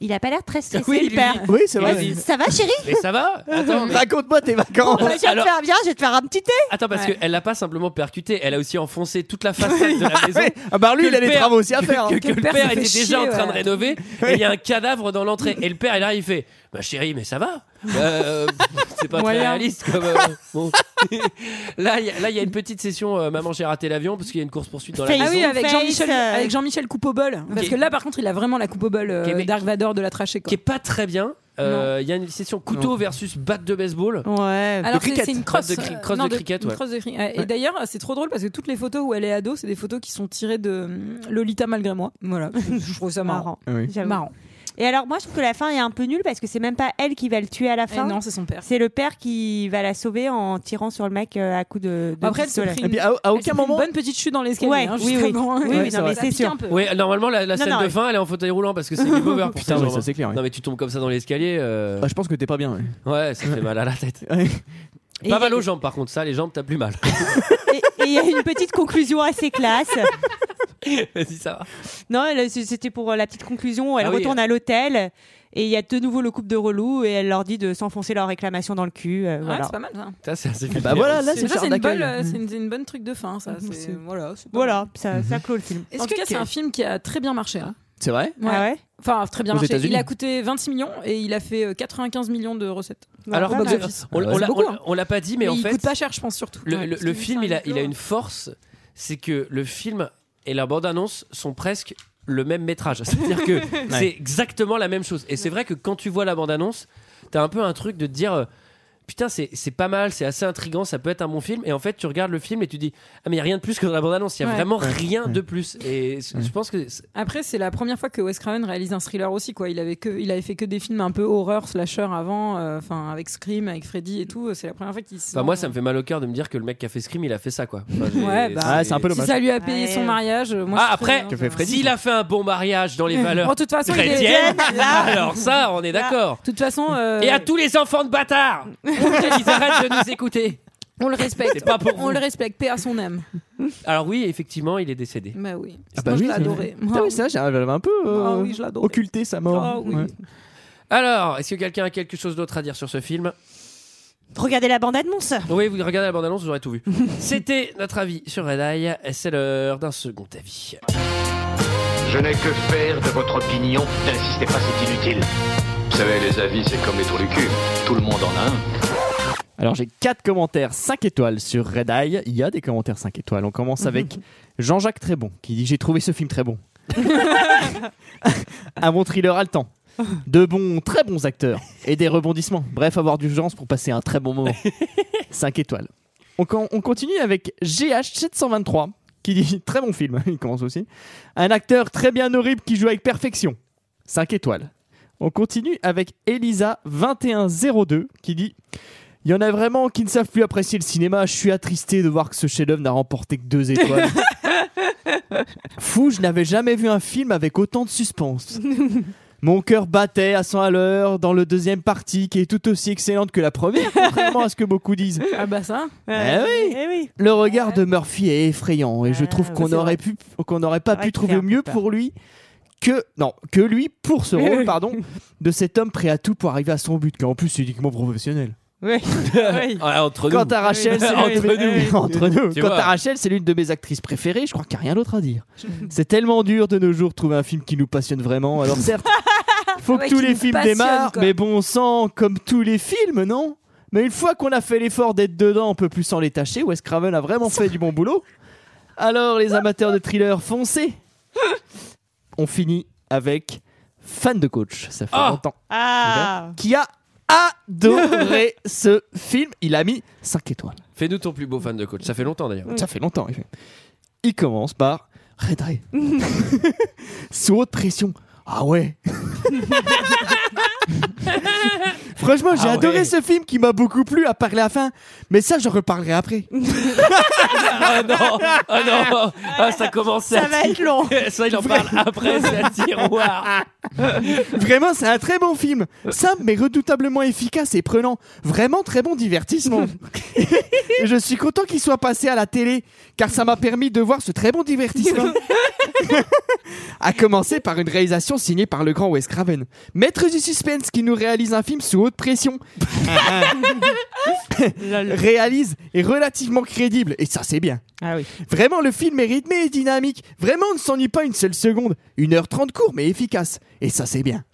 J: Il a pas l'air très stressé,
A: Oui,
J: le
A: lui.
J: père.
F: Oui, c'est vrai.
A: Vas-y.
J: Ça va, chérie
A: Mais ça va Attends, mais-
F: Raconte-moi tes vacances.
J: Bah, Je vais
A: Alors-
J: te faire bien, je vais te faire un petit thé.
A: Attends, parce
G: Ouais.
A: qu'elle l'a pas simplement percuté, elle a aussi enfoncé toute la façade de la maison.
F: Ouais. Ah bah lui,
A: Que
F: il a
A: le
F: les
A: père-
F: travaux aussi à faire. hein.
A: que, que le père,
G: se
A: était
G: fait
A: déjà
G: chier,
A: en train
G: ouais.
A: de rénover et il y a un cadavre dans l'entrée et le père il arrive il fait bah chérie mais ça va Euh, c'est pas très
G: Moyen.
A: réaliste comme euh, bon. là il y a- là il y a une petite session euh, maman j'ai raté l'avion parce qu'il y a une course poursuite dans la
J: Face.
G: Ah
A: maison
G: oui,
J: ont
G: avec
J: fait,
G: Jean-Michel
J: euh,
G: avec Jean-Michel coupe au bol. Parce
A: Ok.
G: que là, par contre, il a vraiment la coupe au bol euh,
A: Ok, mais-
G: Dark Vador de la trachée. quoi.
A: qui est pas très bien Euh, il y a une session couteau versus batte de baseball
J: Ouais.
G: Alors c'est
F: cricket.
G: c'est une
A: Crosse
G: crosse,
A: de cri-
G: euh,
A: crosse
G: non,
A: de cricket,
G: une
A: ouais.
G: crosse de cri- ouais, Et d'ailleurs, c'est trop drôle parce que toutes les photos où elle est ado, c'est des photos qui sont tirées de hum, Lolita malgré moi. Voilà, je trouve ça marrant.
J: marrant.
F: Ah Oui.
J: J'avoue.
G: Marrant.
J: Et alors, moi, je trouve que la fin est un peu nulle parce que c'est même pas elle qui va le tuer à la
G: Eh
J: fin.
G: non, c'est son père.
J: C'est le père qui va la sauver en tirant sur le mec euh, à coups de, de
G: Après, elle se
J: pistolet.
G: prie
F: Et puis à, à
G: Elle s'est
F: aucun
G: pris
F: moment.
G: une bonne petite chute dans l'escalier.
J: Ouais,
G: hein,
J: oui, oui.
G: justement.
J: Oui, oui,
G: Ouais,
J: non, mais
G: ça
J: c'est
G: pique
J: sûr.
G: un peu. Ah,
A: ouais normalement la, la
J: Non,
A: scène
J: non,
A: de
J: ouais.
A: fin elle est en fauteuil roulant parce que c'est du over pour
F: Putain,
A: ces
F: ouais,
A: gens,
F: ça
A: hein.
F: c'est clair. ouais.
A: non mais tu tombes comme ça dans l'escalier euh,
F: Ah, je pense que t'es pas bien. ouais.
A: ouais ça fait mal à la tête
F: Ouais.
J: Et-
A: pas mal aux jambes par contre ça les jambes t'as plus mal
J: Et et il y a une petite conclusion assez classe.
A: vas-y ça va
J: Non, elle- c- c'était pour euh, la petite conclusion. Elle
A: Ah oui.
J: retourne à l'hôtel et il y a de nouveau le couple de relous et elle leur dit de s'enfoncer leur réclamation dans le cul. euh,
G: Ouais,
J: voilà.
G: Ah, c'est pas mal. ça.
A: Putain, c'est assez
F: Bah voilà, là
G: C'est-
F: c'est
G: ça, c'est
F: Charles
G: une, bonne,
F: d'accueil.
G: euh, c'est une- c'est une bonne truc de fin. Ça, c'est-
J: c'est-
G: voilà. c'est pas mal.
J: Voilà,
A: Mhm.
J: ça, ça clôt le film.
G: En tout cas, c'est un film qui a très bien marché. hein.
F: C'est vrai
J: Ah ouais
G: Enfin, très bien
F: Aux
G: marché.
F: États-Unis.
G: Il a coûté 26 millions et il a fait euh, 95 millions de recettes.
A: Alors,
G: Au
A: bah,
G: box-office.
A: on,
F: Ouais,
A: on
F: c'est
A: l'a-
G: beaucoup,
A: on-
G: hein.
A: on l'a pas dit mais, en
G: il
A: fait
G: coûte pas cher, je pense, surtout.
A: Le,
G: Ouais,
A: le-
G: parce
A: le
G: que
A: film,
G: c'est
A: il
G: un
A: a, il a
G: huis
A: une
G: clos.
A: force, c'est que le film et la bande-annonce sont presque le même métrage. C'est-à-dire que c'est exactement la même chose. Et c'est vrai que quand tu vois la bande-annonce, t'as un peu un truc de te dire. euh, putain, c'est c'est pas mal, c'est assez intriguant, ça peut être un bon film. Et en fait, tu regardes le film et tu dis, ah, mais il n'y a rien de plus que dans la bande-annonce, il n'y a
G: Ouais.
A: vraiment rien de plus. Et c- je pense que. c'est-
G: Après, c'est la première fois que Wes Craven réalise un thriller aussi, quoi. Il avait que, il avait fait que des films un peu horreur slasher avant, euh, enfin avec Scream, avec Freddy et tout. C'est la première fois qu'il. se
A: Enfin, Bah, moi, ça me fait mal au cœur de me dire que le mec qui a fait Scream, il a fait ça, quoi. Enfin, j'ai-
G: Ouais, bah,
F: Ah, c'est un peu
G: Si
F: dommage.
G: ça lui a payé
J: Ouais.
G: son mariage, euh, moi.
A: ah,
G: je suis très
A: après,
G: bien.
A: s'il a fait un bon mariage dans les valeurs
G: Bon, de toute façon, il est-
A: chrétiennes,
G: Là.
A: alors ça, on est d'accord.
G: De toute façon, euh,
A: Et à tous les enfants de bâtards, ils arrêtent de nous écouter.
G: on le respecte.
A: C'est pas pour
G: on
A: vous.
G: le respecte. Paix à son âme.
A: Alors oui, effectivement, il est décédé.
G: Bah oui.
F: Ah
G: Sinon, je
F: c'est-
G: l'adorais.
F: Putain, oui, ça, j'avais un peu euh,
G: Ah oui, je l'adorais.
F: occulté sa mort.
G: Ah oui.
F: Ouais.
A: Alors, est-ce que quelqu'un a quelque chose d'autre à dire sur ce film
J: Regardez la bande-annonce.
A: Oui, vous regardez la bande-annonce, vous aurez tout vu. C'était notre avis sur Red Eye. C'est l'heure d'un second avis.
B: Je n'ai que faire de votre opinion. N'insistez pas, c'est inutile. Vous savez, les avis, c'est comme les trous du cul. Tout le monde en a un.
F: Alors j'ai 4 commentaires 5 étoiles sur Red Eye. Il y a des commentaires 5 étoiles. On commence avec Jean-Jacques Trébon qui dit j'ai trouvé ce film très bon. un bon thriller haletant. De bons, très bons acteurs et des rebondissements. Bref, avoir du genre pour passer un très bon moment. 5 étoiles. On, con- on continue avec GH723 qui dit très bon film. Il commence aussi. Un acteur très bien horrible qui joue avec perfection. 5 étoiles. On continue avec Elisa2102 qui dit il y en a vraiment qui ne savent plus apprécier le cinéma. Je suis attristé de voir que ce chef-d'œuvre n'a remporté que deux étoiles. Fou, je n'avais jamais vu un film avec autant de suspense. Mon cœur battait à 100 à l'heure dans le deuxième parti qui est tout aussi excellente que la première, contrairement à ce que beaucoup disent.
G: Ah bah ça.
F: Eh oui.
J: Eh oui.
F: Le regard de Murphy est effrayant et je
J: Ah,
F: trouve
J: bah,
F: qu'on
J: c'est
F: aurait pu, qu'on n'aurait pas
J: Ouais,
F: pu
J: qui
F: trouver
J: fait un peu
F: mieux
J: peur.
F: pour lui que non que lui pour ce rôle pardon de cet homme prêt à tout pour arriver à son but qui en plus est uniquement professionnel.
J: Oui. oui.
A: Ah, entre nous.
F: Quant à Rachel, c'est
A: Entre
F: l'une de-
A: nous.
F: Entre nous.
A: Tu
F: Quant
A: vois.
F: à Rachel, c'est l'une de mes actrices préférées. Je crois qu'il n'y a rien d'autre à dire. C'est tellement dur de nos jours de trouver un film qui nous passionne vraiment. Alors certes, faut que
G: Ouais,
F: tous
G: qui
F: les
G: nous
F: films
G: passionne,
F: démarrent,
G: quoi.
F: mais bon sang, comme tous les films, non Mais une fois qu'on a fait l'effort d'être dedans, on peut plus s'en détacher. Wes Craven a vraiment fait du bon boulot. Alors les amateurs de thrillers, foncez. On finit avec fan de coach. Ça fait
A: Ah.
F: longtemps
J: Ah.
F: qui a adoré ce film. Il a mis 5 étoiles.
A: Fais-nous ton plus beau fan de coach. Ça fait longtemps d'ailleurs.
F: Ça fait longtemps. il fait. Il commence par Red Eye. Sous haute pression. Ah ouais Franchement, j'ai
A: Ah
F: adoré
A: ouais.
F: ce film qui m'a beaucoup plu à parler à la fin, mais ça, je reparlerai après.
A: Ah non, ah non, ah, ça commence à
J: Ça va être long.
A: Ça, il en parle après, c'est un tiroir.
F: Vraiment, c'est un très bon film. Simple, mais redoutablement efficace et prenant. Vraiment très bon divertissement. et je suis content qu'il soit passé à la télé, car ça m'a permis de voir ce très bon divertissement. à commencer par une réalisation signée par le grand Wes Craven. Maître du suspense qui nous réalise un film sous haute pression. réalise et relativement crédible. Et ça, c'est bien.
J: Ah oui.
F: Vraiment, le film est rythmé et dynamique. Vraiment, on ne s'ennuie pas une seule seconde. 1h30 court, mais efficace. Et ça, c'est bien.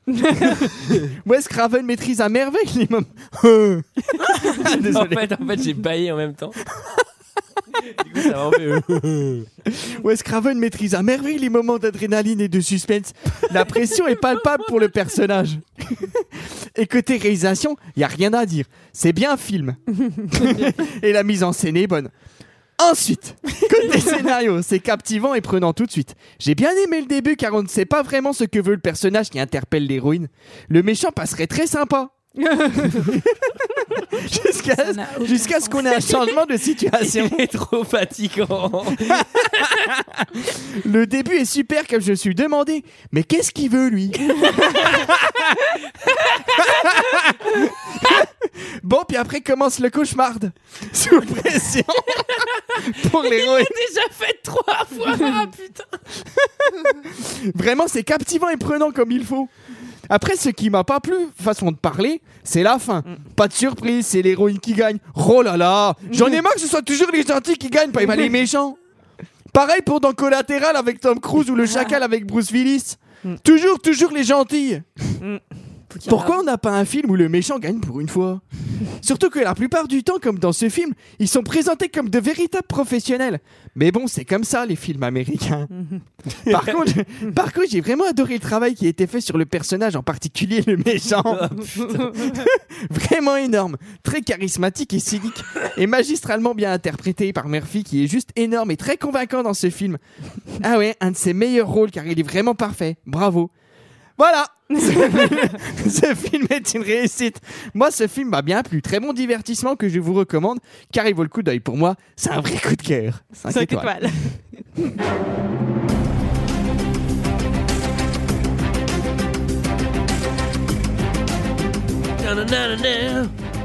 F: Wes Craven maîtrise à merveille les moments. Euh.
A: En
F: Désolé.
A: fait, en fait j'ai baillé en même temps. Du coup, ça m'a fait- euh.
F: Wes Craven maîtrise à merveille les moments d'adrénaline et de suspense. La pression est palpable pour le personnage. Et côté réalisation, il n'y a rien à dire. C'est bien un film. et la mise en scène est bonne. Ensuite, côté scénario, c'est captivant et prenant tout de suite. J'ai bien aimé le début car on ne sait pas vraiment ce que veut le personnage qui interpelle l'héroïne. Le méchant passerait très sympa. Jusqu'à
G: Ça n'a aucun
F: jusqu'à ce
G: sens.
F: qu'on ait un changement de situation.
A: C'est trop fatigant.
F: Le début est super comme je me suis demandé, mais qu'est-ce qu'il veut lui Bon, puis après commence le cauchemar sous pression pour l'héroïne.
A: Déjà fait trois fois, ah, putain.
F: Vraiment, c'est captivant et prenant comme il faut. Après, ce qui m'a pas plu, façon de parler, c'est la fin.
A: Mm.
F: Pas de surprise, c'est l'héroïne qui gagne. Oh là là J'en ai marre que ce soit toujours les gentils qui gagnent, pas les méchants. Pareil pour dans Collatéral avec Tom Cruise ou le Chacal avec Bruce Willis. Toujours, toujours les gentils. Pourquoi on n'a pas un film où le méchant gagne pour une fois Surtout que la plupart du temps, comme dans ce film, ils sont présentés comme de véritables professionnels. Mais bon, c'est comme ça les films américains. par contre, par contre, j'ai vraiment adoré le travail qui a été fait sur le personnage, en particulier le méchant. vraiment énorme, très charismatique et cynique, et magistralement bien interprété par Murphy, qui est juste énorme et très convaincant dans ce film. Ah ouais, un de ses meilleurs rôles car il est vraiment parfait. Bravo. Voilà Ce film est une réussite. Moi, ce film m'a bien plu. Très bon divertissement que je vous recommande, car il vaut le coup d'œil pour moi. C'est un vrai coup de cœur. Cinq
J: Cinq
F: étoiles.
J: étoiles.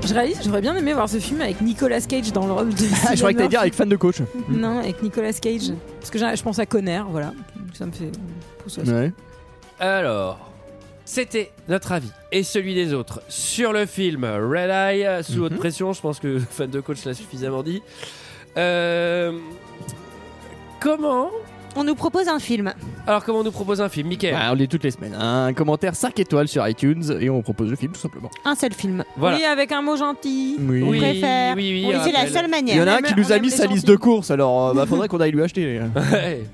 G: Je réalise, j'aurais bien aimé voir ce film avec Nicolas Cage dans le rôle de.
F: Ah, je croyais que t'allais dire avec fan de coach.
G: Non, avec Nicolas Cage. Parce que j'ai- je pense à Conner, voilà. Ça me fait. pour ça, ça.
A: Alors, c'était notre avis et celui des autres sur le film Red Eye euh, sous haute pression. Je pense que fan de coach l'a suffisamment dit. Euh, comment
J: On nous propose un film.
A: Alors, comment on nous propose un film, Michael
F: Bah, on lit toutes les semaines. Un commentaire 5 étoiles sur iTunes et on propose le film tout simplement.
J: Un seul film.
A: Voilà.
G: Oui, avec un mot gentil.
F: Oui.
J: On
A: Oui,
J: préfère.
A: oui, oui,
J: Oui, c'est la
A: rappelle.
J: seule
F: Il y
J: manière.
F: en a
G: On
F: un qui
G: aime-
F: nous
G: on
F: a
G: aime
F: mis
G: les
F: sa liste
G: gentils.
F: de courses, alors euh, bah, faudrait qu'on aille lui acheter. les gars.
A: Ouais.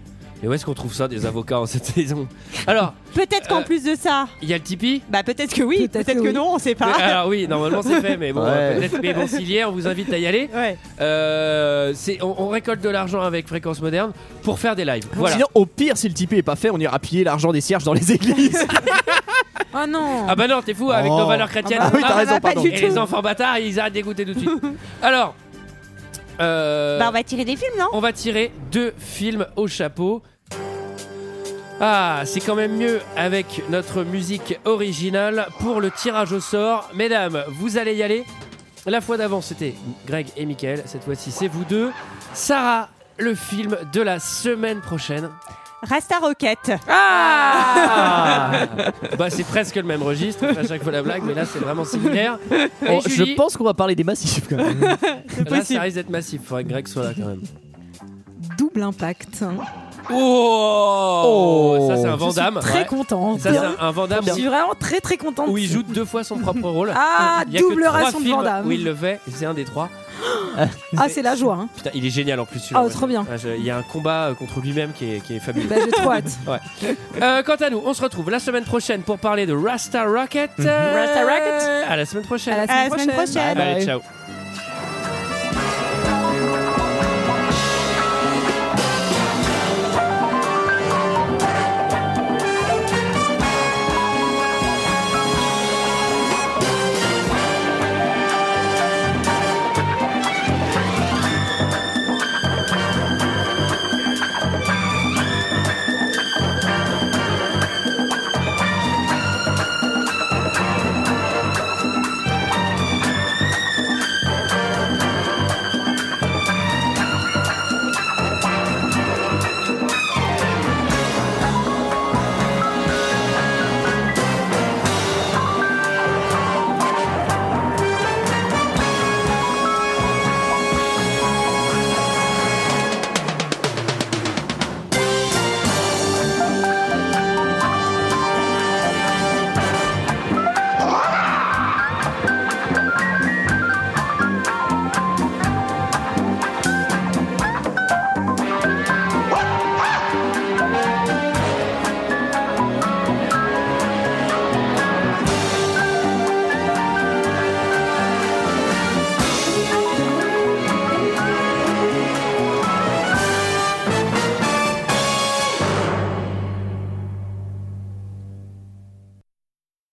A: Mais où est-ce qu'on trouve ça des avocats en cette saison Alors,
J: Peut-être qu'en
A: Euh,
J: plus de ça,
A: il y a le Tipeee
J: bah peut-être que oui,
G: Peut-être
J: peut-être
G: que
J: que,
G: oui.
J: non, on sait pas.
A: Alors oui, normalement c'est fait, mais bon,
F: Ouais.
A: euh, peut-être. Mais bon, s'il y est, on vous invite à y aller.
J: Ouais.
A: Euh, c'est- on, on récolte de l'argent avec Fréquence Moderne pour faire des lives. Voilà.
F: Sinon, au pire, si le Tipeee est pas fait, on ira piller l'argent des cierges dans les églises.
G: Ah non
A: Ah bah non, t'es fou avec nos
F: Oh.
A: valeurs chrétiennes.
F: Ah bah oui, t'as raison,
J: pas
F: pardon.
J: du
A: et
J: tout.
A: les enfants bâtards, ils arrêtent d'écouter tout de suite. Alors, euh,
J: Bah on va tirer des films, non
A: on va tirer deux films au chapeau. Ah, c'est quand même mieux avec notre musique originale pour le tirage au sort. Mesdames, vous allez y aller. La fois d'avant, c'était Greg et Michael. Cette fois-ci, c'est vous deux. Sarah, le film de la semaine prochaine.
J: Rasta Rocket.
A: Ah Bah, c'est presque le même registre. On fait à chaque fois la blague, mais là, c'est vraiment similaire. Oh, Et
F: Bon,
A: Julie,
F: je pense qu'on va parler des massifs quand même.
A: là, ça risque d'être massif. Faudrait que Greg soit là quand même.
G: Double impact.
A: Oh, Ça, c'est un Vandame.
G: Très contente.
A: Ça, c'est un, un Van Damme
G: Je suis vraiment très très contente.
A: où il joue deux fois son propre rôle.
G: Ah,
A: Il y a que
G: double
A: trois
G: ration de
A: films
G: Vandame.
A: Où il le fait, et c'est un des trois.
G: Ah, c'est la joie. hein.
A: Putain, il est génial en plus. celui-là,
G: Ah,
A: ouais.
G: trop bien.
A: Ah, je- Il y a un combat euh, contre lui-même qui est, qui est fabuleux.
G: Bah, j'ai trop hâte.
A: Euh, quant à nous, on se retrouve la semaine prochaine pour parler de Rasta Rocket.
G: Mhm.
A: Euh,
G: Rasta Rocket.
A: À la semaine prochaine.
G: À la semaine
J: À la semaine
G: prochaine.
J: prochaine.
A: Allez, ciao.
G: Bye.